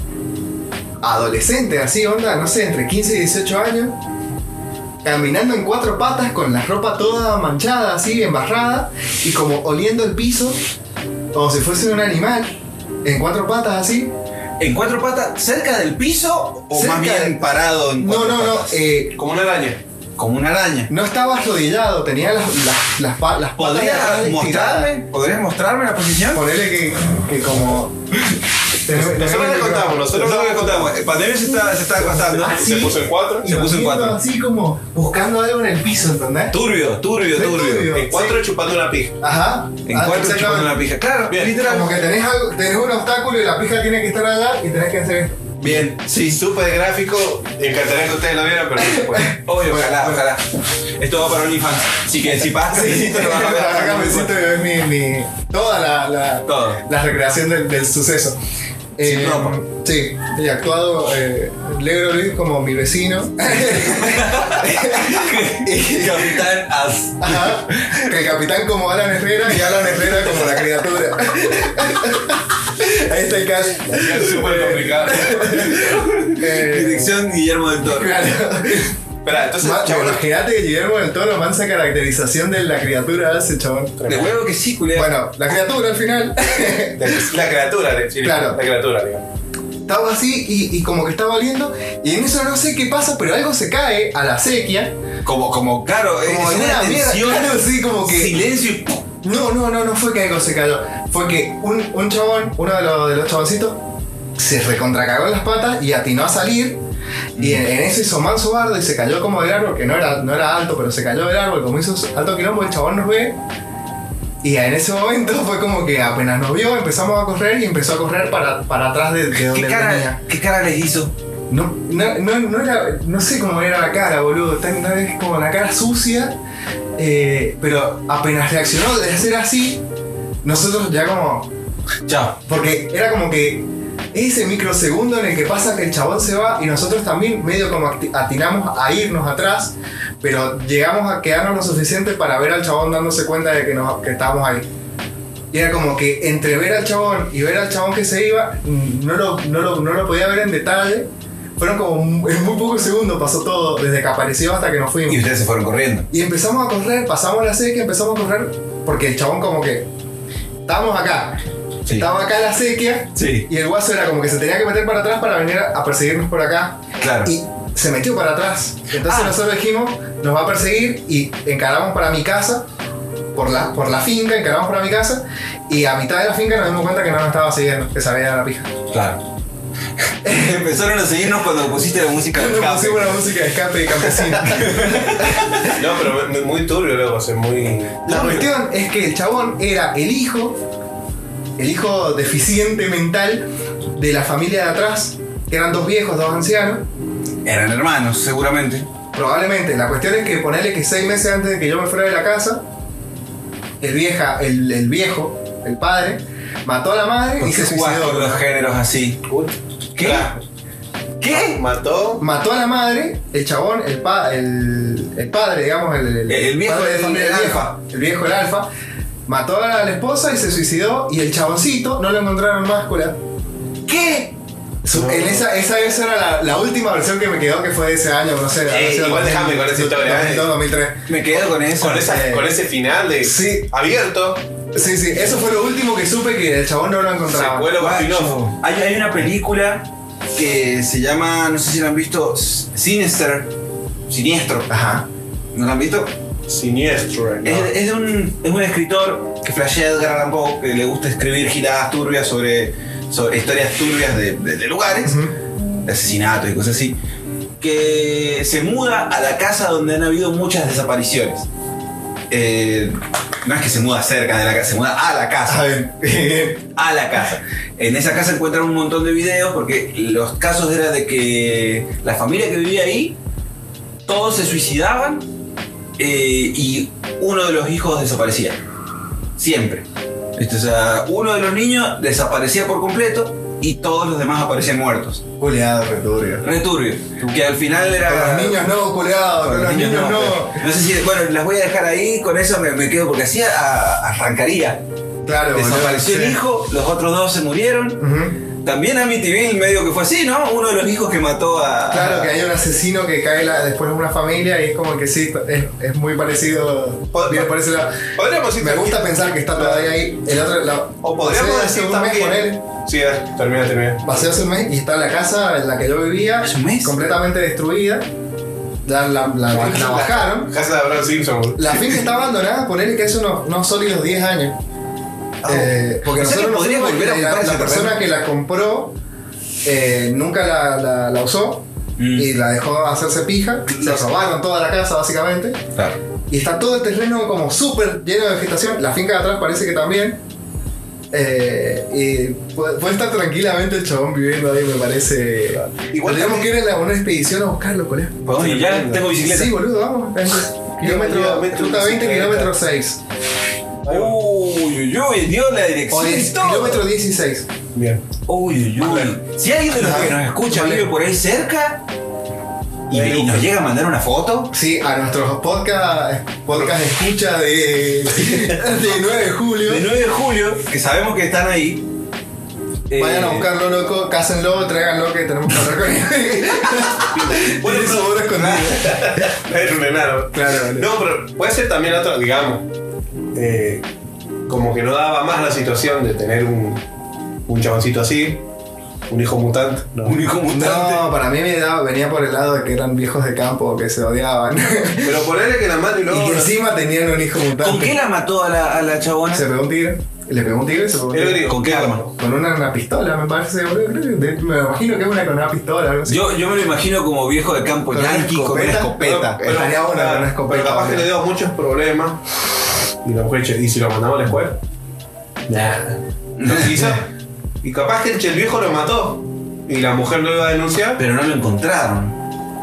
adolescente, así onda, no sé, entre 15 y 18 años, caminando en cuatro patas con la ropa toda manchada, así, embarrada, y como oliendo el piso, como si fuese un animal, en cuatro patas así, ¿En cuatro patas? ¿Cerca del piso o Cerca más bien de- parado en No, cuatro no, no. patas? eh, Como una araña. Como una araña. no estaba arrodillado, tenía las, las, las, pa- las patas de atrás ¿Podrías estiradas. mostrarme? ¿Podrías mostrarme la posición? Ponele que, que como. Nosotros le contamos, nosotros le contamos. Pandemia se está, se está acostando. Ah, Se sí. puso en cuatro. se puso en Imagino cuatro. Así como buscando algo en el piso, ¿entendés? Turbio, turbio, Re turbio. turbio. En cuatro chupando una pija. Ajá. En Ah, cuatro exactamente. chupando una pija. Claro, Bien. literal. Como que tenés, algo, tenés un obstáculo y la pija tiene que estar allá y tenés que hacer esto. Bien, sí, súper gráfico. Me encantaría que ustedes lo vieran, pero no se puede. Obvio, ojalá, ojalá. Esto va para OnlyFans. Así que si pagas, Sí, lo vas a ver. acá me siento que es mi, mi- toda la, la, Todo. la recreación del, del suceso. Eh, Sin ropa. Sí, y actuado eh, Negro Luis como mi vecino. Capitán As. Ajá. Que el capitán como Alan Herrera y Alan Herrera como la criatura. Ahí está el caso. Es súper complicado. Eh, Dirección Guillermo del Toro. claro. Espera, entonces, Ma- chabón, Imagínate que Guillermo del Toro mansa caracterización de la criatura hace, chabón. De huevo que sí, culé. Bueno, la criatura al final. la criatura, le- sí, Claro. la criatura, digamos. Estaba así y, y como que estaba oliendo. Y en eso no sé qué pasa, pero algo se cae a la sequía. Como, como, claro, Como es alguna una mierda. tensión. Claro, sí, como que. Silencio y ¡pum! No, no, no, no fue que algo se cayó. Fue que un, un chabón, uno de los, de los chaboncitos, se recontracagó en las patas y atinó a salir. Y en, en eso hizo manso bardo y se cayó como del árbol, que no era, no era alto, pero se cayó del árbol. Como hizo alto quilombo, el chabón nos ve. Y en ese momento fue como que apenas nos vio, empezamos a correr y empezó a correr para, para atrás de, de donde ¿Qué venía. cara, ¿Qué cara les hizo? No, no, no, no era, no sé cómo era la cara, boludo. Tan, tan- es como la cara sucia. eh, pero apenas reaccionó de ser así, nosotros ya como. Chao. Porque era como que ese microsegundo en el que pasa que el chabón se va y nosotros también medio como acti- atinamos a irnos atrás, pero llegamos a quedarnos lo suficiente para ver al chabón dándose cuenta de que, nos, que estábamos ahí. Y era como que entre ver al chabón y ver al chabón que se iba, mm, no lo, no lo, no lo podía ver en detalle. Fueron como mu- en muy pocos segundos pasó todo, desde que apareció hasta que nos fuimos. Y ustedes se fueron corriendo. Y empezamos a correr, pasamos la sequía, empezamos a correr, porque el chabón como que... Estábamos acá, Sí. estaba acá la sequía Sí. y el guaso era como que se tenía que meter para atrás para venir a a perseguirnos por acá. Claro. Y se metió para atrás. Entonces Ah. nosotros dijimos, nos va a perseguir y encaramos para mi casa, por la, por la finca, encaramos para mi casa y a mitad de la finca nos dimos cuenta que no nos estaba siguiendo, que se había ido a la pija. Claro. Empezaron a seguirnos cuando pusiste la música del Nos café. pusimos la música de escape y campesina. No, pero me- me- muy turbio luego, o sea, muy. La cuestión es que el chabón era el hijo, el hijo deficiente mental de la familia de atrás, que eran dos viejos, dos ancianos. Eran hermanos, seguramente. Probablemente. La cuestión es que ponerle que seis meses antes de que yo me fuera de la casa, el, vieja, el, el viejo, el padre, mató a la madre ¿Por y qué se jugás suicidó. con los géneros así? ¿Qué? ¿Qué? Mató. Mató a la madre, el chabón, el, pa- el, el padre, digamos, el, El- el viejo, padre de el- familia, el viejo, alfa. El viejo, el alfa. Mató a la esposa y se suicidó. Y el chaboncito no lo encontraron más cura. ¿Qué? Su- en esa, esa, esa era la, la última versión que me quedó, que fue de ese año, no sé. habrá Eh, sido igual 2000, déjame con esa historia, 2002, 2003. Me quedo con eso. Con, esa- Eh. con ese final de Sí. abierto, Sí, sí, eso fue lo último que supe que el chabón no lo encontraba. secuelo con spin-off. Guacho. Hay, hay una película que se llama, no sé si la han visto, S- Sinister. Siniestro. Ajá. ¿No la han visto? Siniestro, ¿no? Es, es de un, es un escritor que flashea a Edgar Allan Poe, que le gusta escribir giradas turbias sobre, sobre historias turbias de, de- de lugares, de asesinatos y cosas así, que se muda a la casa donde han habido muchas desapariciones. Eh, no es que se muda cerca de la casa, se muda a la casa Ah, bien. a la casa. En esa casa encuentran un montón de videos porque los casos era de que la familia que vivía ahí, todos se suicidaban eh, y uno de los hijos desaparecía. Siempre. Esto, o sea, uno de los niños desaparecía por completo y todos los demás aparecían muertos. Culeado, returbio. Returbio. Que al final Con era... los niños no, culeado, con los niños no. No sé si... Bueno, las voy a dejar ahí, con eso me, me quedo porque así a- arrancaría. Claro, boludo, Desapareció sí. el hijo, los otros dos se murieron. Ujú. También Amityville medio que fue así, ¿no? Uno de los hijos que mató a... Claro que hay un asesino que cae la- después en una familia y es como que sí, es, es muy parecido. Pod- viene por ese lado. Podríamos ir Me también- gusta pensar que está todavía ahí. El otro, la, O podríamos pasé hace decir un mes también. con él. Sí, dale, termina, termina. Pasé hace un mes y está la casa en la que yo vivía ¿Hace un mes? completamente destruida. La, la, la- la bajaron. Casa de Abraham Simpson. boludo. La finca está abandonada, ponele que hace unos, unos sólidos 10 años. Eh, porque Ah, O sea que nosotros podría fuimos y volver a la, ocupar la ese persona terreno. que la compró eh, nunca la, la- la usó Mm. y la dejó hacerse pija. Se robaron toda la casa, básicamente. Claro. Y está todo el terreno como súper lleno de vegetación. La finca de atrás parece que también. Eh, y puede, puede estar tranquilamente el chabón viviendo ahí, me parece. Igual Igual tenemos que ir a la- una expedición a buscarlo, colega. Perdón, y ya tengo bicicleta. Sí, boludo, vamos. Kilómetro, kilómetro, ruta 20, bicicleta. kilómetro 6. Uy, uy, uy, dio la O dirección y 10, todo. kilómetro 16. Bien. Uy, uy, uy. Si alguien de los que nos escucha vive por ahí cerca y, y nos llega a mandar una foto, Sí, a nuestros podcast, podcast escucha de, de 9 de julio. de 9 de julio, que sabemos que están ahí. Vayan a eh, buscarlo, loco, cásenlo, tráiganlo, que tenemos que hablar con él. Bueno, Tiene su pero- oro escondido. Era un enano. Claro, vale. No, pero puede ser también otra, digamos. eh, como que no daba más la situación de tener un, un chaboncito así, un hijo mutante. ¿no? Un hijo mutante. No, para mí me daba- venía por el lado de que eran viejos de campo que se odiaban. y Pero ponerle que la madre luego. que encima tenían un hijo mutante. ¿Con qué la mató a la, a la chabona? Se pegó un tigre. Le pegó un tigre y se pegó un Era tigre. griego. ¿Con qué arma? Con una, una pistola, me parece, boludo. Creo que de- me imagino que es una con una pistola, algo así. Yo, yo me lo imagino como viejo de campo Pues Con una yanqui con una escopeta. escopeta. Pero- Estaría pero- buena una escopeta, Pero capaz que hombre. le dio muchos problemas. Y la mujer, che, ¿y si lo mandamos a la escuela? Nah. No quiso. y capaz que el, che, el viejo lo mató. Y la mujer lo iba a denunciar. Pero no lo encontraron.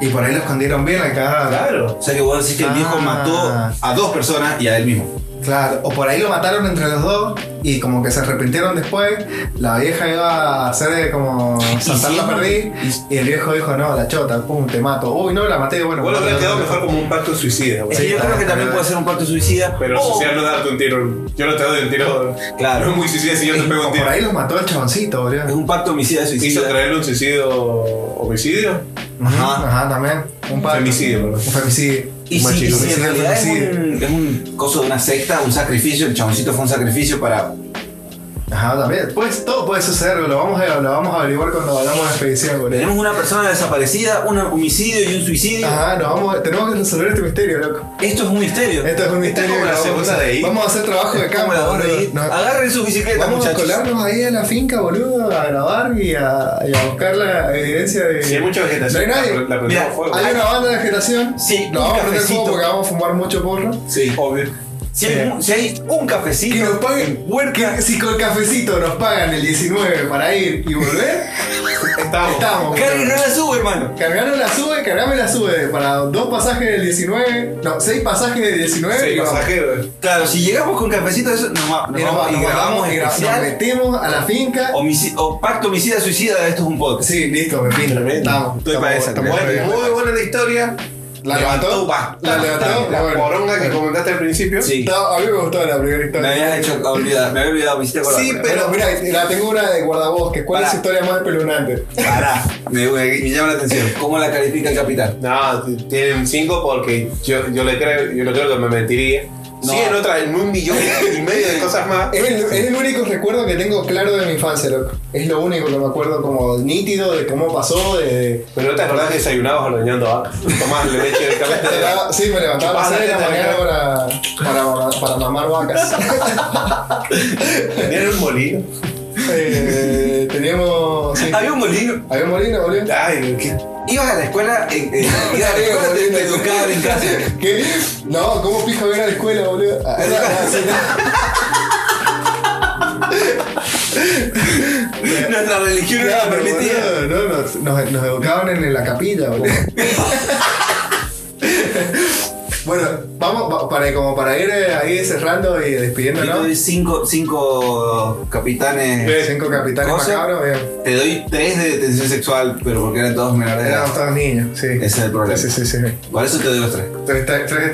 Y por ahí lo escondieron bien acá. Claro. O sea que vos decís que el viejo Ah. mató a dos personas y a él mismo. Claro, o por ahí lo mataron entre los dos y como que se arrepintieron después. La vieja iba a hacer de como saltar la perdí y el viejo dijo: No, la chota, pum, te mato. Uy, no, la maté. Bueno, Vos lo maté a habrías la quedado otra. mejor como un pacto de suicida, güey. Es que yo está, creo que está también bien. puede ser un pacto suicida. Pero o- social no darte un tiro. Yo no te doy un tiro. Claro. No es muy suicida si yo te pego O un por tiro. ahí los mató el chaboncito, boludo. Es un pacto homicida ¿Hizo suicida. traerle un suicidio homicidio? Ajá, ajá, también. Un pacto. Femicidio, perdón. Un femicidio. Y si, y Machismo. si en realidad es un, es un coso de una secta, un sacrificio, el chaboncito fue un sacrificio para. Ajá, también. Pues todo puede suceder, lo vamos a, lo vamos a averiguar cuando hablamos de expedición, boludo. Tenemos una persona desaparecida, un homicidio y un suicidio. Ajá, nos vamos, tenemos que resolver este misterio, loco. Esto es un misterio. Esto es un misterio. como que la lo vamos, a- segunda de ahí. vamos a hacer Este trabajo de Como cámara, la hora boludo. ahí. Nos- Agarren su bicicleta, Vamos a Ah, muchachos. colarnos ahí a la finca, boludo, a grabar y a, y a buscar la evidencia de. Si hay mucha vegetación, No hay nadie. la- la prendemos Mira, fuego. Hay una banda de vegetación. Nos Sí, un vamos a prender cafecito. fuego porque vamos a fumar mucho porro. Sí. Obvio. Si hay, Sí. un- si hay un cafecito. Que nos paguen. que si con cafecito nos pagan el 19 para ir y volver, Estamos. estamos. Carrie, no la sube, hermano. Cargaron la sube, cargame la sube. Para dos pasajes del 19. No, seis pasajes del 19. Sí, y vamos. pasajero. Claro, si llegamos con cafecito, eso nos, va- nos Ah, Y nos vamos vamos, y nos grabamos vamos y gra- nos especial. metemos a la finca. Homici- o pacto homicida suicida, esto es un podcast. Oh. Sí, listo, me pinta. Estamos. Estoy pa' esa, estamos- bueno, estamos- Muy buena la historia. La levantó. va, La levantó. La bueno. poronga que comentaste al principio. Sí. Estaba- A mí me gustó la primera Me historia. habías hecho olvidar, me había olvidado, me hiciste acordar. Sí, Pará. Pero mira, la tengo una de guardabosques. ¿Cuál es Pará. su historia más espeluznante? Pará, me, me- me llama la atención. ¿Cómo la califica el capitán? No, t- tienen cinco porque yo, yo le creo, yo no creo que me mentiría. Sí, en otra, en un millón y medio de cosas más. Es el, es el único recuerdo que tengo claro de mi infancia, loco. Es lo único que me acuerdo como nítido de cómo pasó, de... Pero no te acordás que desayunabas ordeñando a Tomás leche directamente de la. Levantaba- Sí, me levantaba a las 6 de la mañana para, para, para mamar vacas. Tenían un molino. eh, teníamos... sí. Había un molino. Había un molino, boludo. Ay, qué. Ibas a la escuela, eh, eh, ibas a la Había un escuela, te, molino. te educaban en casa. ¿Qué? No, ¿cómo pijo ir a la escuela, boludo? Ah, no, no, sí, no. Nuestra religión no la Claro, permitía. boludo, No, nos, nos, nos educaban en la capilla, boludo. bueno, vamos va- para, como para ir eh, ahí cerrando y Yo te despidiéndonos. Eh, doy cinco, cinco capitanes. Cinco capitanes Cosa. macabros, bien. Te doy tres de detención sexual, pero porque eran todos menores de Éramos edad. todos niños, sí. Ese es el problema. Sí, sí, sí. sí. Por eso te doy los tres. Tres, tres, tres,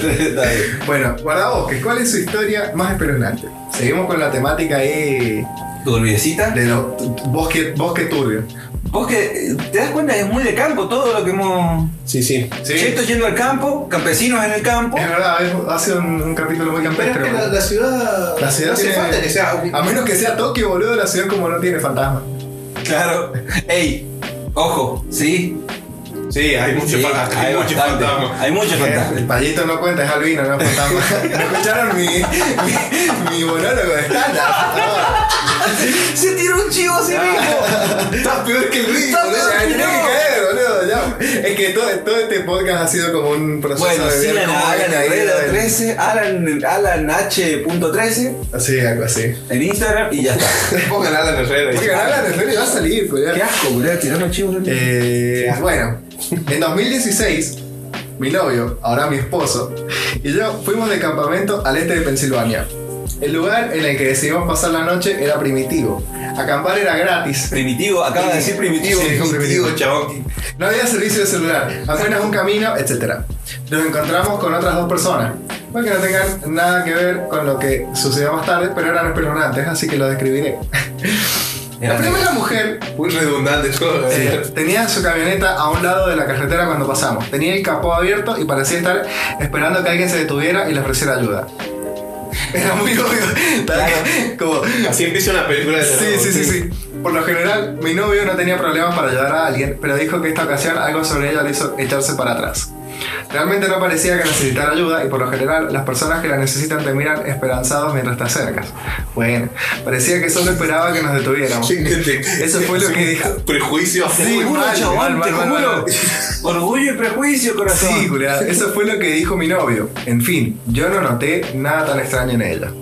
tres. Está bien. bueno, guardabosques, ¿cuál es su historia más espeluznante? Seguimos con la temática ahí tu olvidecita. de los t- t- bosque, bosque turbio. Vos que eh, te das cuenta que es muy de campo todo lo que hemos. Sí, sí. Sí. Eh. Chetos yendo al campo, campesinos en el campo. Es verdad, es- ha sido un, un capítulo muy Pero es campestre. que la, boludo. la ciudad. La ciudad no hace tiene- falta que sea. un- A menos que sea Tokio, boludo, la ciudad como no tiene fantasma. Claro. Ey, ojo, sí. Sí, hay mucho Sí, fan- hay mucho bastante. fantasma. Hay muchos El fantasmas. payito no cuenta, es albino, no es fantasma. ¿No escucharon mi, mi, mi monólogo de stand Se tiró un chivo así Estás peor que el río, Está boludo. peor que Tenés que no. caer, boludo. ya. Es que todo, todo este podcast ha sido como un proceso Bueno, de sí, ver Alan, cómo he Alan caído Herrera en- 13, Alan, Alan H.13 Sí, algo así. en Instagram y ya está. Pongan a Alan Herrera. Porque Alan Herrera va a salir, pues, boludo. Qué asco, boludo, tirando chivos. boludo. Eh, bueno, en 2016, mi novio, ahora mi esposo, y yo fuimos de campamento al este de Pensilvania. El lugar en el que decidimos pasar la noche era primitivo. Acampar era gratis. Primitivo, acaba de decir primitivo. Sí, dijo primitivo. chabón. No había servicio de celular, apenas un camino, etc. Nos encontramos con otras dos personas. Puede que no tengan nada que ver con lo que sucedió más tarde, pero eran espeluznantes, así que lo describiré. La primera mujer Muy redundante todo. Eh, tenía su camioneta a un lado de la carretera cuando pasamos. Tenía el capó abierto y parecía estar esperando que alguien se detuviera y le ofreciera ayuda. Era muy obvio. Tal- Como, Así empieza una película de sí, terror. sí, sí, sí. Por lo general, mi novio no tenía problemas para ayudar a alguien, pero dijo que esta ocasión algo sobre ella le hizo echarse para atrás. Realmente no parecía que necesitara ayuda y por lo general las personas que la necesitan te miran esperanzados mientras te acercas. Bueno, parecía que solo esperaba que nos detuviéramos. Eso fue lo que dijo. Prejuicio. Te Sí, juro, mal, mal, chabón, mal, te mal, juro. mal. Orgullo y prejuicio, corazón. Sí, culiao, eso fue lo que dijo mi novio. En fin, yo no noté nada tan extraño en ella.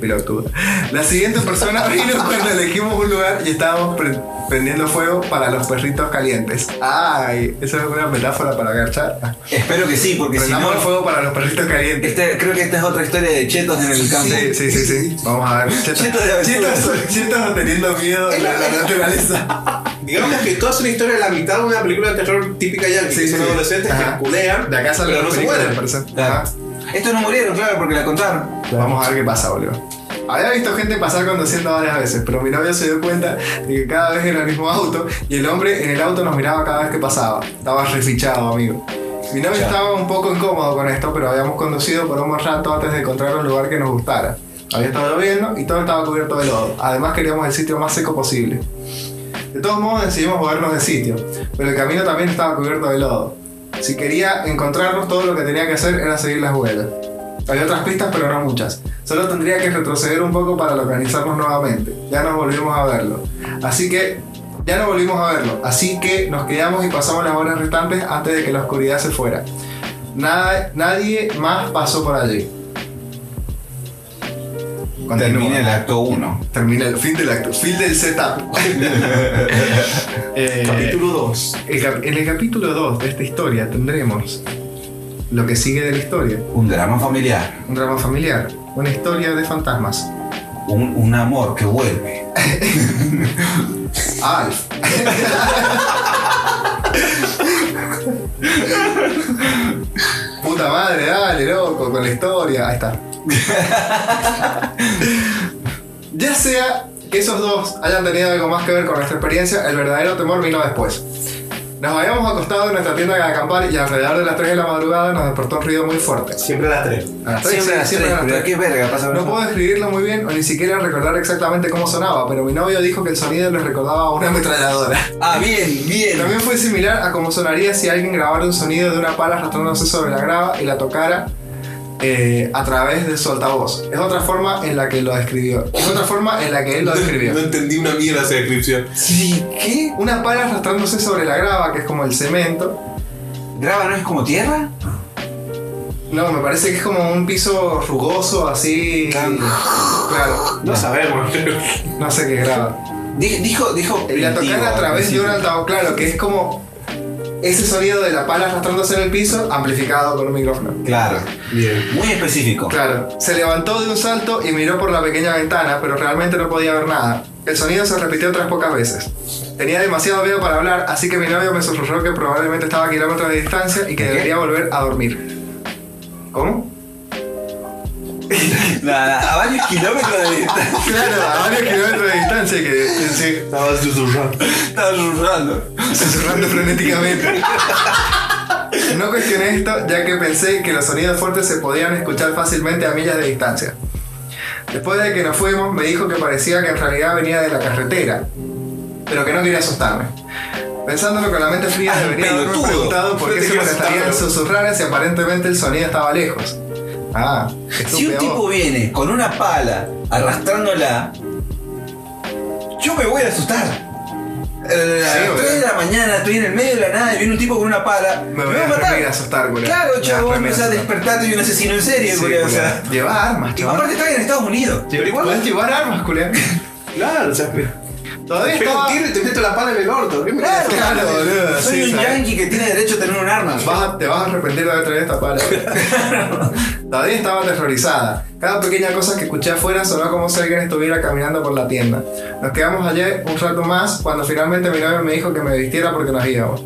Pelotuda. La siguiente persona vino cuando elegimos un lugar y estábamos pre- prendiendo fuego para los perritos calientes. Ay, esa es una metáfora para agachar. Espero que sí, porque si Prendamos no. el fuego para los perritos calientes. Este- creo que esta es otra historia de chetos en el campo. Sí, sí, sí, sí. Vamos a ver. Chetos de aventura. Chetos- chetos teniendo miedo de la, la naturaleza. Digamos que toda es una historia de la mitad de una película de terror típica ya, que Sí, son sí. adolescentes Ajá. que culean, De acá sale pero la no se película de mueren. persona. Ajá. Claro. Estos no murieron, claro, porque la contaron. Vamos a ver qué pasa, boludo. Había visto gente pasar conduciendo varias veces, pero mi novio se dio cuenta de que cada vez era el mismo auto y el hombre en el auto nos miraba cada vez que pasaba. Estaba refichado, amigo. Mi novio estaba un poco incómodo con esto, pero habíamos conducido por un buen rato antes de encontrar un lugar que nos gustara. Había estado lloviendo y todo estaba cubierto de lodo. Además queríamos el sitio más seco posible. De todos modos decidimos movernos de sitio, pero el camino también estaba cubierto de lodo. Si quería encontrarnos, todo lo que tenía que hacer era seguir las huellas. Había otras pistas, pero no muchas. Solo tendría que retroceder un poco para localizarnos nuevamente. Ya nos volvimos a verlo. Así que... Ya no volvimos a verlo, así que nos quedamos y pasamos las horas restantes antes de que la oscuridad se fuera. Nada- nadie más pasó por allí. Termina el Continúa. acto 1. Termina el fin del acto, fin del setup. Eh, Capítulo 2. el cap- en el capítulo 2 de esta historia tendremos lo que sigue de la historia. Un drama familiar. Un drama familiar, una historia de fantasmas. Un, un amor que vuelve. Alf. Puta madre, dale, loco, con la historia. Ahí está. ya sea que esos dos hayan tenido algo más que ver con nuestra experiencia, el verdadero temor vino después. Nos habíamos acostado en nuestra tienda de acampar y alrededor de las 3 de la madrugada nos despertó un ruido muy fuerte. Siempre a las tres. A las tres, Siempre sí, a las tres, siempre a las pero tres. qué verga pasa No puedo describirlo muy bien o ni siquiera recordar exactamente cómo sonaba, pero mi novio dijo que el sonido le recordaba a una ametralladora. Ah, bien, bien. También fue similar a cómo sonaría si alguien grabara un sonido de una pala arrastrándose sobre la grava y la tocara eh, a través de su altavoz. Es otra forma en la que lo describió. Es otra forma en la que él lo describió. No entendí una mierda esa descripción. Sí, ¿qué? Una pala arrastrándose sobre la grava, que es como el cemento. ¿Graba no es como tierra? No, me parece que es como un piso rugoso, así. Claro, No sabemos. no sé qué es grava. Di- Dijo, dijo. Y la tocar primitivo, a través de un al principio. altavoz, claro, que es como ese sonido de la pala arrastrándose en el piso, amplificado con un micrófono. Claro. Bien. Muy específico. Claro, se levantó de un salto y miró por la pequeña ventana, pero realmente no podía ver nada. El sonido se repitió otras pocas veces. Tenía demasiado miedo para hablar, así que mi novio me susurró que probablemente estaba a kilómetros de distancia y que debería volver a dormir. ¿Cómo? Nada, a varios kilómetros de distancia. Claro, a varios kilómetros de distancia y que pensé, Estaba susurrando. Estaba susurrando. susurrando frenéticamente. No cuestioné esto, ya que pensé que los sonidos fuertes se podían escuchar fácilmente a millas de distancia. Después de que nos fuimos, me dijo que parecía que en realidad venía de la carretera, pero que no quería asustarme. Pensándolo con la mente fría, Ah, debería haberme pelotudo. preguntado por No qué te se quiero molestaría en asustar, susurrar si aparentemente el sonido estaba lejos. Ah, Si un estúpido. tipo viene con una pala arrastrándola, yo me voy a asustar. Eh, Sí, a las 3 de boludo. la mañana, estoy en el medio de la nada y viene un tipo con una pala. Me voy a matar. reír a asustar, boludo. Claro, Me voy a chabón, o sea, asustar. despertate de un asesino en serie, Sí, boludo, O sea, culiao. Lleva armas, y chaval. aparte está en Estados Unidos. Pero igual- Puedes llevar armas, culé. Claro, o sea, pe- Todavía pega un estaba... tiro y te meto la pala en el orto. ¿Qué me Claro, Claro, boludo, Soy sí, un ¿sabes? yankee que tiene derecho a tener un arma. Vas a- te vas a arrepentir de haber traído esta pala. Todavía estaba aterrorizada. Cada pequeña cosa que escuché afuera sonó como si alguien estuviera caminando por la tienda. Nos quedamos ayer un rato más cuando finalmente mi novio me dijo que me vistiera porque nos íbamos.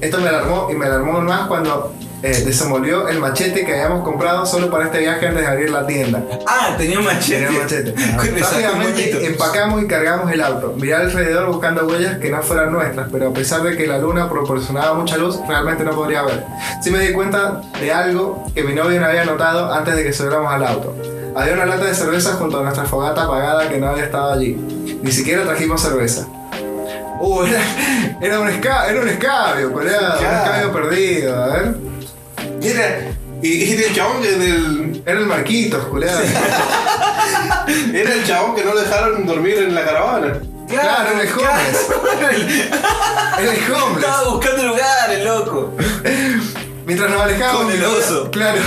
Esto me alarmó y me alarmó aún más cuando eh, desenvolvió el machete que habíamos comprado solo para este viaje antes de abrir la tienda. Ah, tenía un machete. Tenía un machete. Le sacó un moñito. Rápidamente empacamos y cargamos el auto. Miré alrededor buscando huellas que no fueran nuestras, pero a pesar de que la luna proporcionaba mucha luz, realmente no podría ver. Sí me di cuenta de algo que mi novio no había notado antes de que subiéramos al auto. Había una lata de cerveza junto a nuestra fogata apagada que no había estado allí. Ni siquiera trajimos cerveza. Uh, era, era un, esca- era un escabio, colega, un escabio perdido, a ver. Era, y era el chabón que del. Era el Marquitos, colega. Era el chabón que no lo dejaron dormir en la caravana. Claro, era el homeless. Era el homeless. Estaba buscando lugares, loco. Mientras nos alejábamos. Con el mientras- oso. Claro.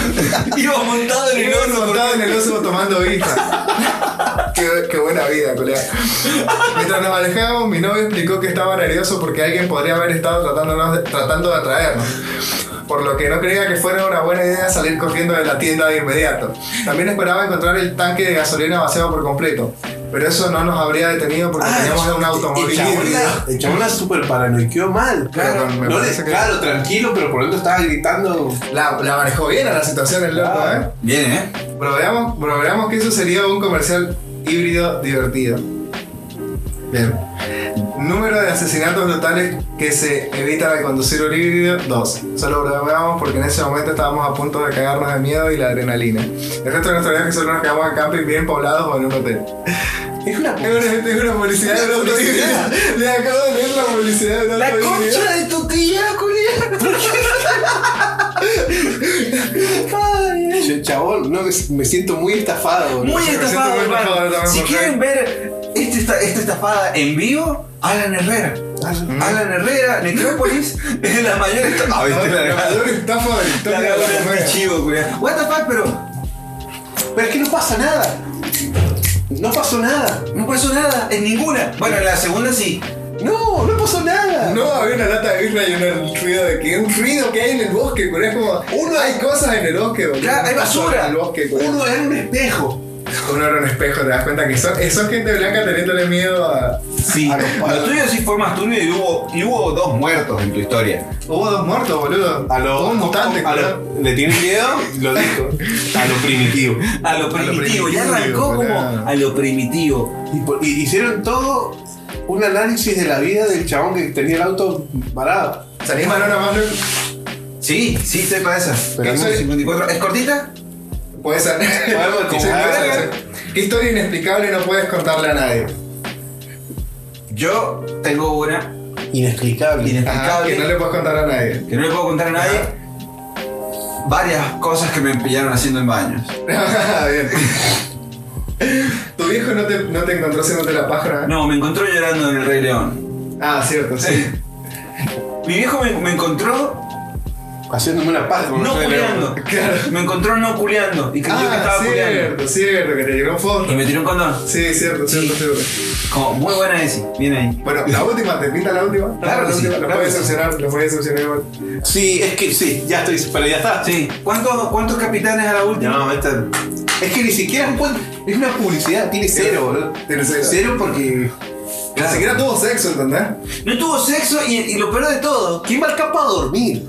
Iba montado en el Iba horno. montado en el oso tomando vista. qué, qué buena vida, colega. Mientras nos alejábamos, mi novio explicó que estaba nervioso porque alguien podría haber estado tratándonos de- tratando de atraernos. Por lo que no creía que fuera una buena idea salir corriendo de la tienda de inmediato. También esperaba encontrar el tanque de gasolina vaciado por completo. Pero eso no nos habría detenido porque Ah, teníamos un El automóvil. chabón híbrido. la- el chabón la super paranoiqueó mal. Claro, me No le- parece que- claro, tranquilo, pero por dentro estaba gritando. La, la manejó bien a la situación el loco, ¿eh? Bien, eh. Proveamos, proveamos que eso sería un comercial híbrido divertido. Bien. Número de asesinatos totales que se evitan al conducir un híbrido, 2. Solo bromeamos porque en ese momento estábamos a punto de cagarnos de miedo y la adrenalina. El resto de nuestro viaje solo nos quedamos en camping bien poblados o en un hotel. Es una Es una, es una publicidad de un auto híbrido. Le acabo de leer la publicidad de un auto La híbrido. concha de tu tía, culiao. Che, Chabón, no, es- me siento muy estafado. boludo. Muy Me siento estafada, muy hermano. estafado también, Si porque- quieren ver este esta, esta estafada en vivo, Alan Herrera. Alan Herrera, Necrópolis, es Ah, la mayor estafada. La mayor estafa de la historia de la comedia. What the fuck, pero. Pero es que no pasa nada. No pasó nada. No pasó nada, en ninguna. Bueno, en la segunda sí. No, no pasó nada. No, había una lata de birra y un ruido de que un ruido que hay en el bosque, pero es como uno hay cosas en el bosque, boludo. Claro, hay No solo basura. En el bosque, boludo. Uno era un espejo. uno era un espejo, te das cuenta que son, eh, son gente blanca teniéndole miedo a, Sí. a los Lo palos. tuyo sí fue más turbio y hubo, y hubo dos muertos en tu historia. Hubo dos muertos, boludo. A lo, Hubo un mutante, a culiao. lo- ¿Le tienen miedo? Lo dijo. A lo primitivo. A lo primitivo, ya arrancó pará. como a lo primitivo. Y por- y hicieron todo un análisis de la vida del chabón que tenía el auto parado. ¿Se animan ahora más, Luke? Sí, sí, estoy para esa. Pero Capítulo eso- 54. ¿Es cortita? Puede ser. Podemos Sí, tirar. puede ser. ¿Qué historia inexplicable no puedes contarle a nadie? Yo tengo una Inexplicable. Ajá, inexplicable que no le puedes contar a nadie. que no le puedo contar a nadie. Varias cosas que me pillaron haciendo en baños. Bien. ¿Tu viejo no te, no te encontró haciéndote la paja? No, me encontró llorando en el Rey León. Ah, cierto, sí. Mi viejo me, me encontró Haciéndome una paz. con no el culeando. Claro. Me encontró no culeando y creyó que Ah, estaba culeando. cierto, cierto, que te llegó un Y fondo. me tiró un condón. Sí, cierto, cierto, cierto. Como, muy buena ese. Bien ahí. Bueno, la última, ¿te pinta la última? Claro que la sí, última, claro lo puedes que sí. solucionar, lo puedes solucionar igual. Sí, es que sí, ya estoy, pero ya está. Sí. ¿Cuántos, cuántos capitanes a la última? No, esta. Es que ni siquiera es un cuen- es una publicidad, tiene cero, boludo. Tiene cero. porque. Ni Claro. siquiera tuvo sexo, ¿entendés? No tuvo sexo y, y lo peor de todo, ¿Quién va al campo a dormir?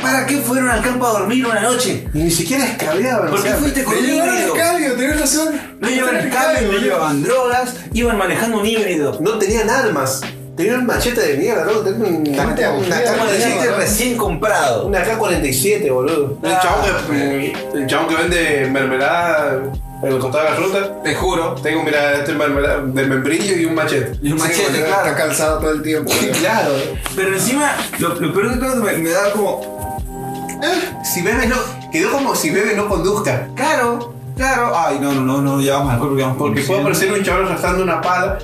¿para qué fueron al campo a dormir una noche? Y ni siquiera escabeaban. ¿Por o qué sea, fuiste con Te un llevaron híbrido? el cambio, tenés razón. No llevaban cable, no llevaban drogas, iban manejando un híbrido. No tenían armas. Tenían un machete de mierda, ¿no? Tenían una, Gente una, aburrida, K- Como de decirte mierda, ¿no? recién comprado. una K-47, boludo. Ah, el, chabón que, el chabón que vende mermelada en el costado de la ruta. Te juro. Tengo, mira, este mermelada de membrillo y un machete. Y un machete, claro. Está calzado todo el tiempo. Claro. Pero encima, lo, lo peor de todo me, me da como. Si bebe no. Quedó como si bebe no conduzca. Claro, claro. Ay, no, no, no, no llevamos alcohol porque vamos Porque puede aparecer un chaval arrastrando una pala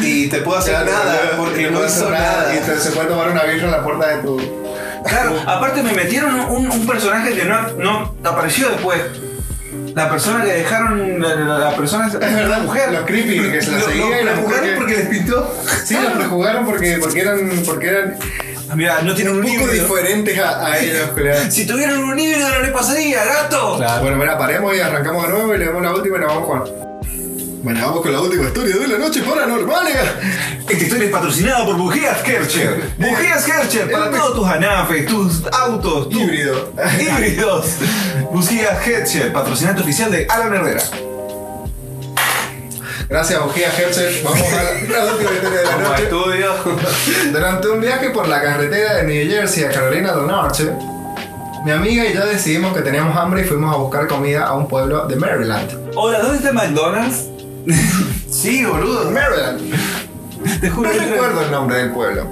y te puede hacer Claro, nada claro, porque te no puedes hizo hacer nada. Y te, se puede tomar una birra en la puerta de tu. Claro, aparte me metieron un, un personaje que no, no apareció después. La persona que dejaron. La, la- la persona. Es mujer. Los creepy que se la Lo- lo- seguían y la la mujer. jugaron que- porque les pintó. Sí, los prejugaron porque, porque eran. Porque eran Mira, no tienen un un poco híbrido. diferentes a, a ellos, culiao. Si tuvieran un híbrido no le pasaría, gato. Bueno, mira, paremos y arrancamos de nuevo y le damos la última y la vamos con. Bueno, vamos con la última historia de la noche paranormal. Esta historia es patrocinada Este por Bujías Kercher. Bujías Kercher para todos tus anafes, tus autos, tus Híbrido. híbridos. Bujías Kercher, patrocinante oficial de Alan Herrera. Gracias, Ojea Herzer. Vamos a la, la última historia de la Como noche. estudio. Durante un viaje por la carretera de New Jersey a Carolina del Norte, mi amiga y yo decidimos que teníamos hambre y fuimos a buscar comida a un pueblo de Maryland. Hola, ¿dónde está McDonald's? Sí, boludo. Maryland. Te juro No que recuerdo el nombre del pueblo.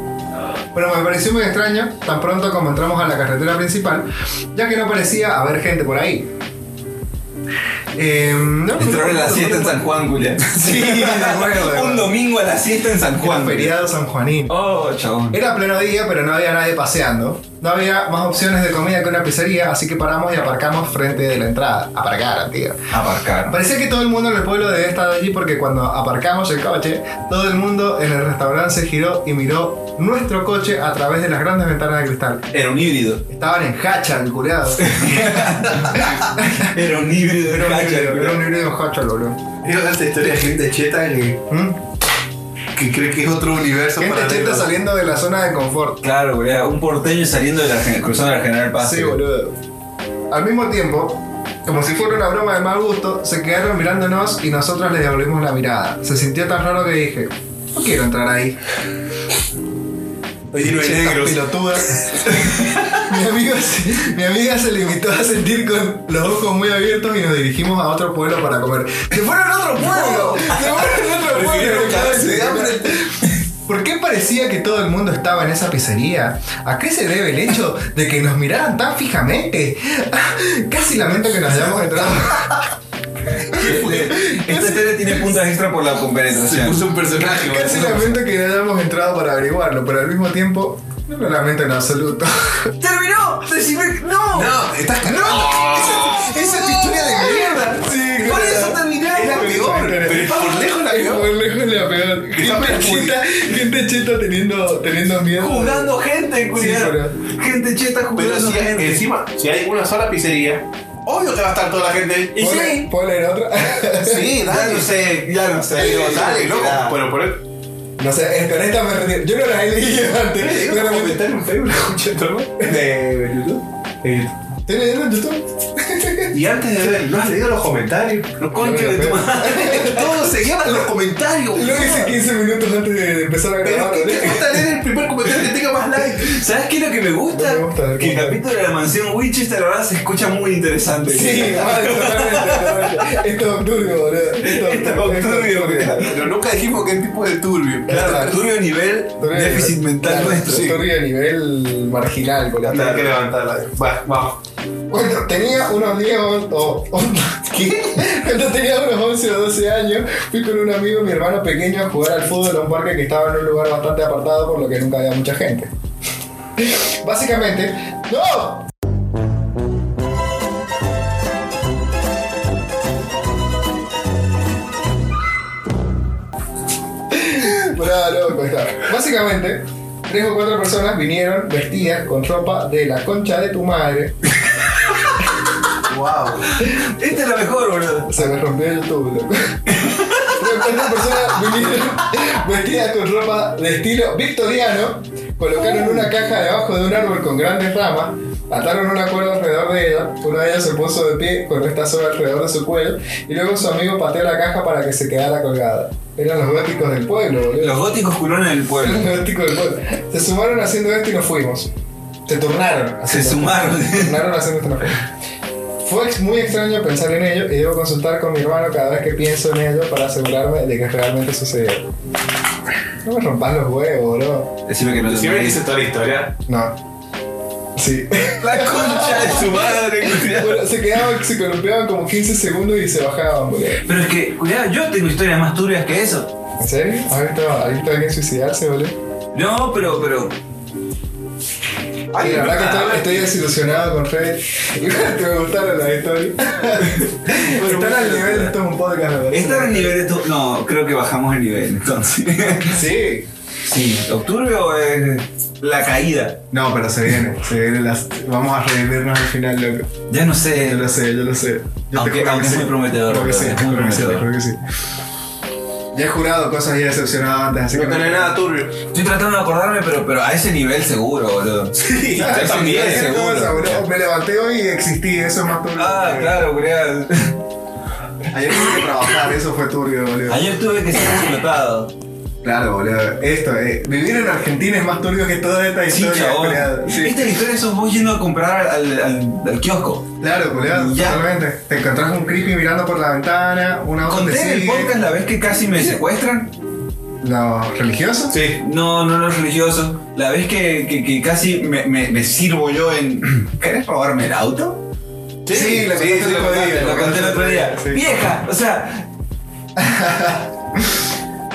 Pero me pareció muy extraño tan pronto como entramos a la carretera principal, ya que no parecía haber gente por ahí. Eh, no, Entraron a la siesta en San Juan, Julián. Sí, me acuerdo. un domingo a la siesta en San Juan Juan. feriado San Juanín. Oh, chabón. Era pleno día, pero no había nadie paseando. No había más opciones de comida que una pizzería, así que paramos y aparcamos frente de la entrada. Aparcar, tío. Aparcar. Parecía que todo el mundo en el pueblo debía estar allí porque cuando aparcamos el coche, todo el mundo en el restaurante se giró y miró nuestro coche a través de las grandes ventanas de cristal. Era un híbrido. Estaban en hacha, el culeado. Era un híbrido, Era un cacha, híbrido, bro. era un híbrido hacha, boludo. Yo esta historia de gente cheta que, ¿Mm? que cree que es otro universo Gente cheta paralelo. saliendo de la zona de confort. Claro, boludo. Un porteño saliendo de la, gen- cruzando la General Paz. Sí, boludo. Al mismo tiempo, como si fuera una broma de mal gusto, se quedaron mirándonos y nosotros les devolvimos la mirada. Se sintió tan raro que dije, no quiero entrar ahí. Hoy lleno de Chetas negros. pelotudas. mi, amigo se- mi amiga se limitó a sentir con los ojos muy abiertos y nos dirigimos a otro pueblo para comer. ¡Se fueron a otro pueblo! ¡Se fueron a otro pueblo! cagarse de hambre. ¿Por qué parecía que todo el mundo estaba en esa pizzería? ¿A qué se debe el hecho de que nos miraran tan fijamente? Casi lamento que nos hayamos entrado. Esta historia Este tiene puntas extra por la Se compenetración. puso un personaje, Casi boludo. lamento que no hayamos entrado para averiguarlo, pero al mismo tiempo no lo lamento en absoluto. ¡Terminó! ¡Decime! ¡No! No, estás cagando. ¡Esa es tu historia de mierda! Sí, Gente cheta teniendo, teniendo miedo. de- Juzgando gente, cuidado. pero- Gente cheta Pero juzgando si hay- gente. encima, si hay una sola pizzería, obvio que va a estar toda la gente ahí. Y Ponle- sí. ponle en otra. Sí, dale. sé, ya no sé. Digo, dale, loco. Ya. Pero por el- no sé, es- pero esta me retiro. Yo no las he leído antes. ¿Tienes un claramente. comentario en Facebook, escucha, tu hermano? De YouTube. Eh, ¿Estoy leyendo en YouTube? Y antes de ver, ¿no has leído los comentarios? Los conchos de tu madre. Todo se lleva en los comentarios. Lo hice 15 minutos antes de empezar a Pero grabar. ¿qué te ¿no? gusta leer el primer comentario que tenga más likes? ¿Sabes qué es lo que me gusta? No me gusta, a ver, que el cuéntame. capítulo de la mansión Winchester ahora se escucha muy interesante. Sí, vale, totalmente, totalmente. Esto es nocturno, boludo. Esto es Está nocturno, con turbio, esto es nocturno. Pero nunca dijimos qué tipo de turbio. Claro, Claro. turbio nivel Turbio a déficit nivel- mental claro, nuestro. Turbio a nivel marginal, boludo. Hay que levantarla. Va, vamos. Cuando tenía unos 10 o, o- o- ¿qué? Cuando tenía unos 11 o 12 años, fui con un amigo, mi hermano pequeño, a jugar al fútbol a un parque que estaba en un lugar bastante apartado, por lo que nunca había mucha gente. Básicamente, ¡No! Pará, loco, está. Básicamente, tres o cuatro personas vinieron vestidas con ropa de la concha de tu madre Este es lo mejor, boludo. Se me rompió YouTube, loco. Estas personas vinieron vestidas con ropa de estilo victoriano, colocaron una caja debajo de un árbol con grandes ramas, ataron una cuerda alrededor de ella, una de ellas se puso de pie con esta sola alrededor de su cuello, y luego su amigo pateó la caja para que se quedara colgada. Eran los góticos del pueblo, boludo. Los góticos culones del pueblo. Eran los góticos del pueblo. Se sumaron haciendo esto y nos fuimos. Se turnaron. haciendo Se esto. sumaron. Claro, haciendo esta mejor. Fue ex- muy extraño pensar en ello y debo consultar con mi hermano cada vez que pienso en ello para asegurarme de que realmente sucedió. No me rompas los huevos, bro. Decime que no te Siempre morís. dice toda la historia. No. Sí. La concha de su madre, cuidado. bueno, se quedaban, se columpiaban como 15 segundos y se bajaban, boludo. Pero es que, cuidado, yo tengo historias más turbias que eso. ¿En serio? ¿Has visto a alguien suicidarse, boludo? No, pero, pero. Y la verdad que estoy, estoy desilusionado con Reddit. Igual que me gustaron las historias. Están al nivel de todo un podcast, ¿verdad? Estar en nivel de tu- No, creo que bajamos el nivel, entonces. Sí. sí, Octurbio es la caída. No, pero se viene, se viene las. Vamos a revivirnos al final, loco. Ya no sé. Yo lo sé, yo lo sé. Yo Aunque- juro aunque es muy prometedor, Creo que sí, es muy creo que sí, prometedor. creo que sí. Ya he jurado cosas y he decepcionado antes, así No que. tenés nada turbio. Estoy tratando de acordarme, pero, pero a ese nivel seguro, boludo. Sí, a Yo ese también, nivel ¿qué seguro. cosa, boludo? Me Ah, levanté hoy y existí, eso es más turbio. Ah, claro, cuidado. Ayer tuve que trabajar, eso fue turbio, boludo. Ayer tuve que ser explotado. Claro, boludo. Esto, eh. Vivir en Argentina es más turbio que toda esta Sí, historia, boludo. chabón. Sí. Esta historia sos vos yendo a comprar al, al- al kiosco. Claro, boludo, Ya. totalmente. Te encontrás un creepy mirando por la ventana, una otra te ¿Conté en el sigue. podcast la vez que casi me secuestran? ¿Los religiosos? Sí. No, no los religiosos. La vez que, que- que casi me, me- me sirvo yo en... ¿Querés robarme el auto? Sí, la contaste sí, sí, el lo otro día, contaste, Lo conté el otro día. Sí. ¡Vieja! O sea...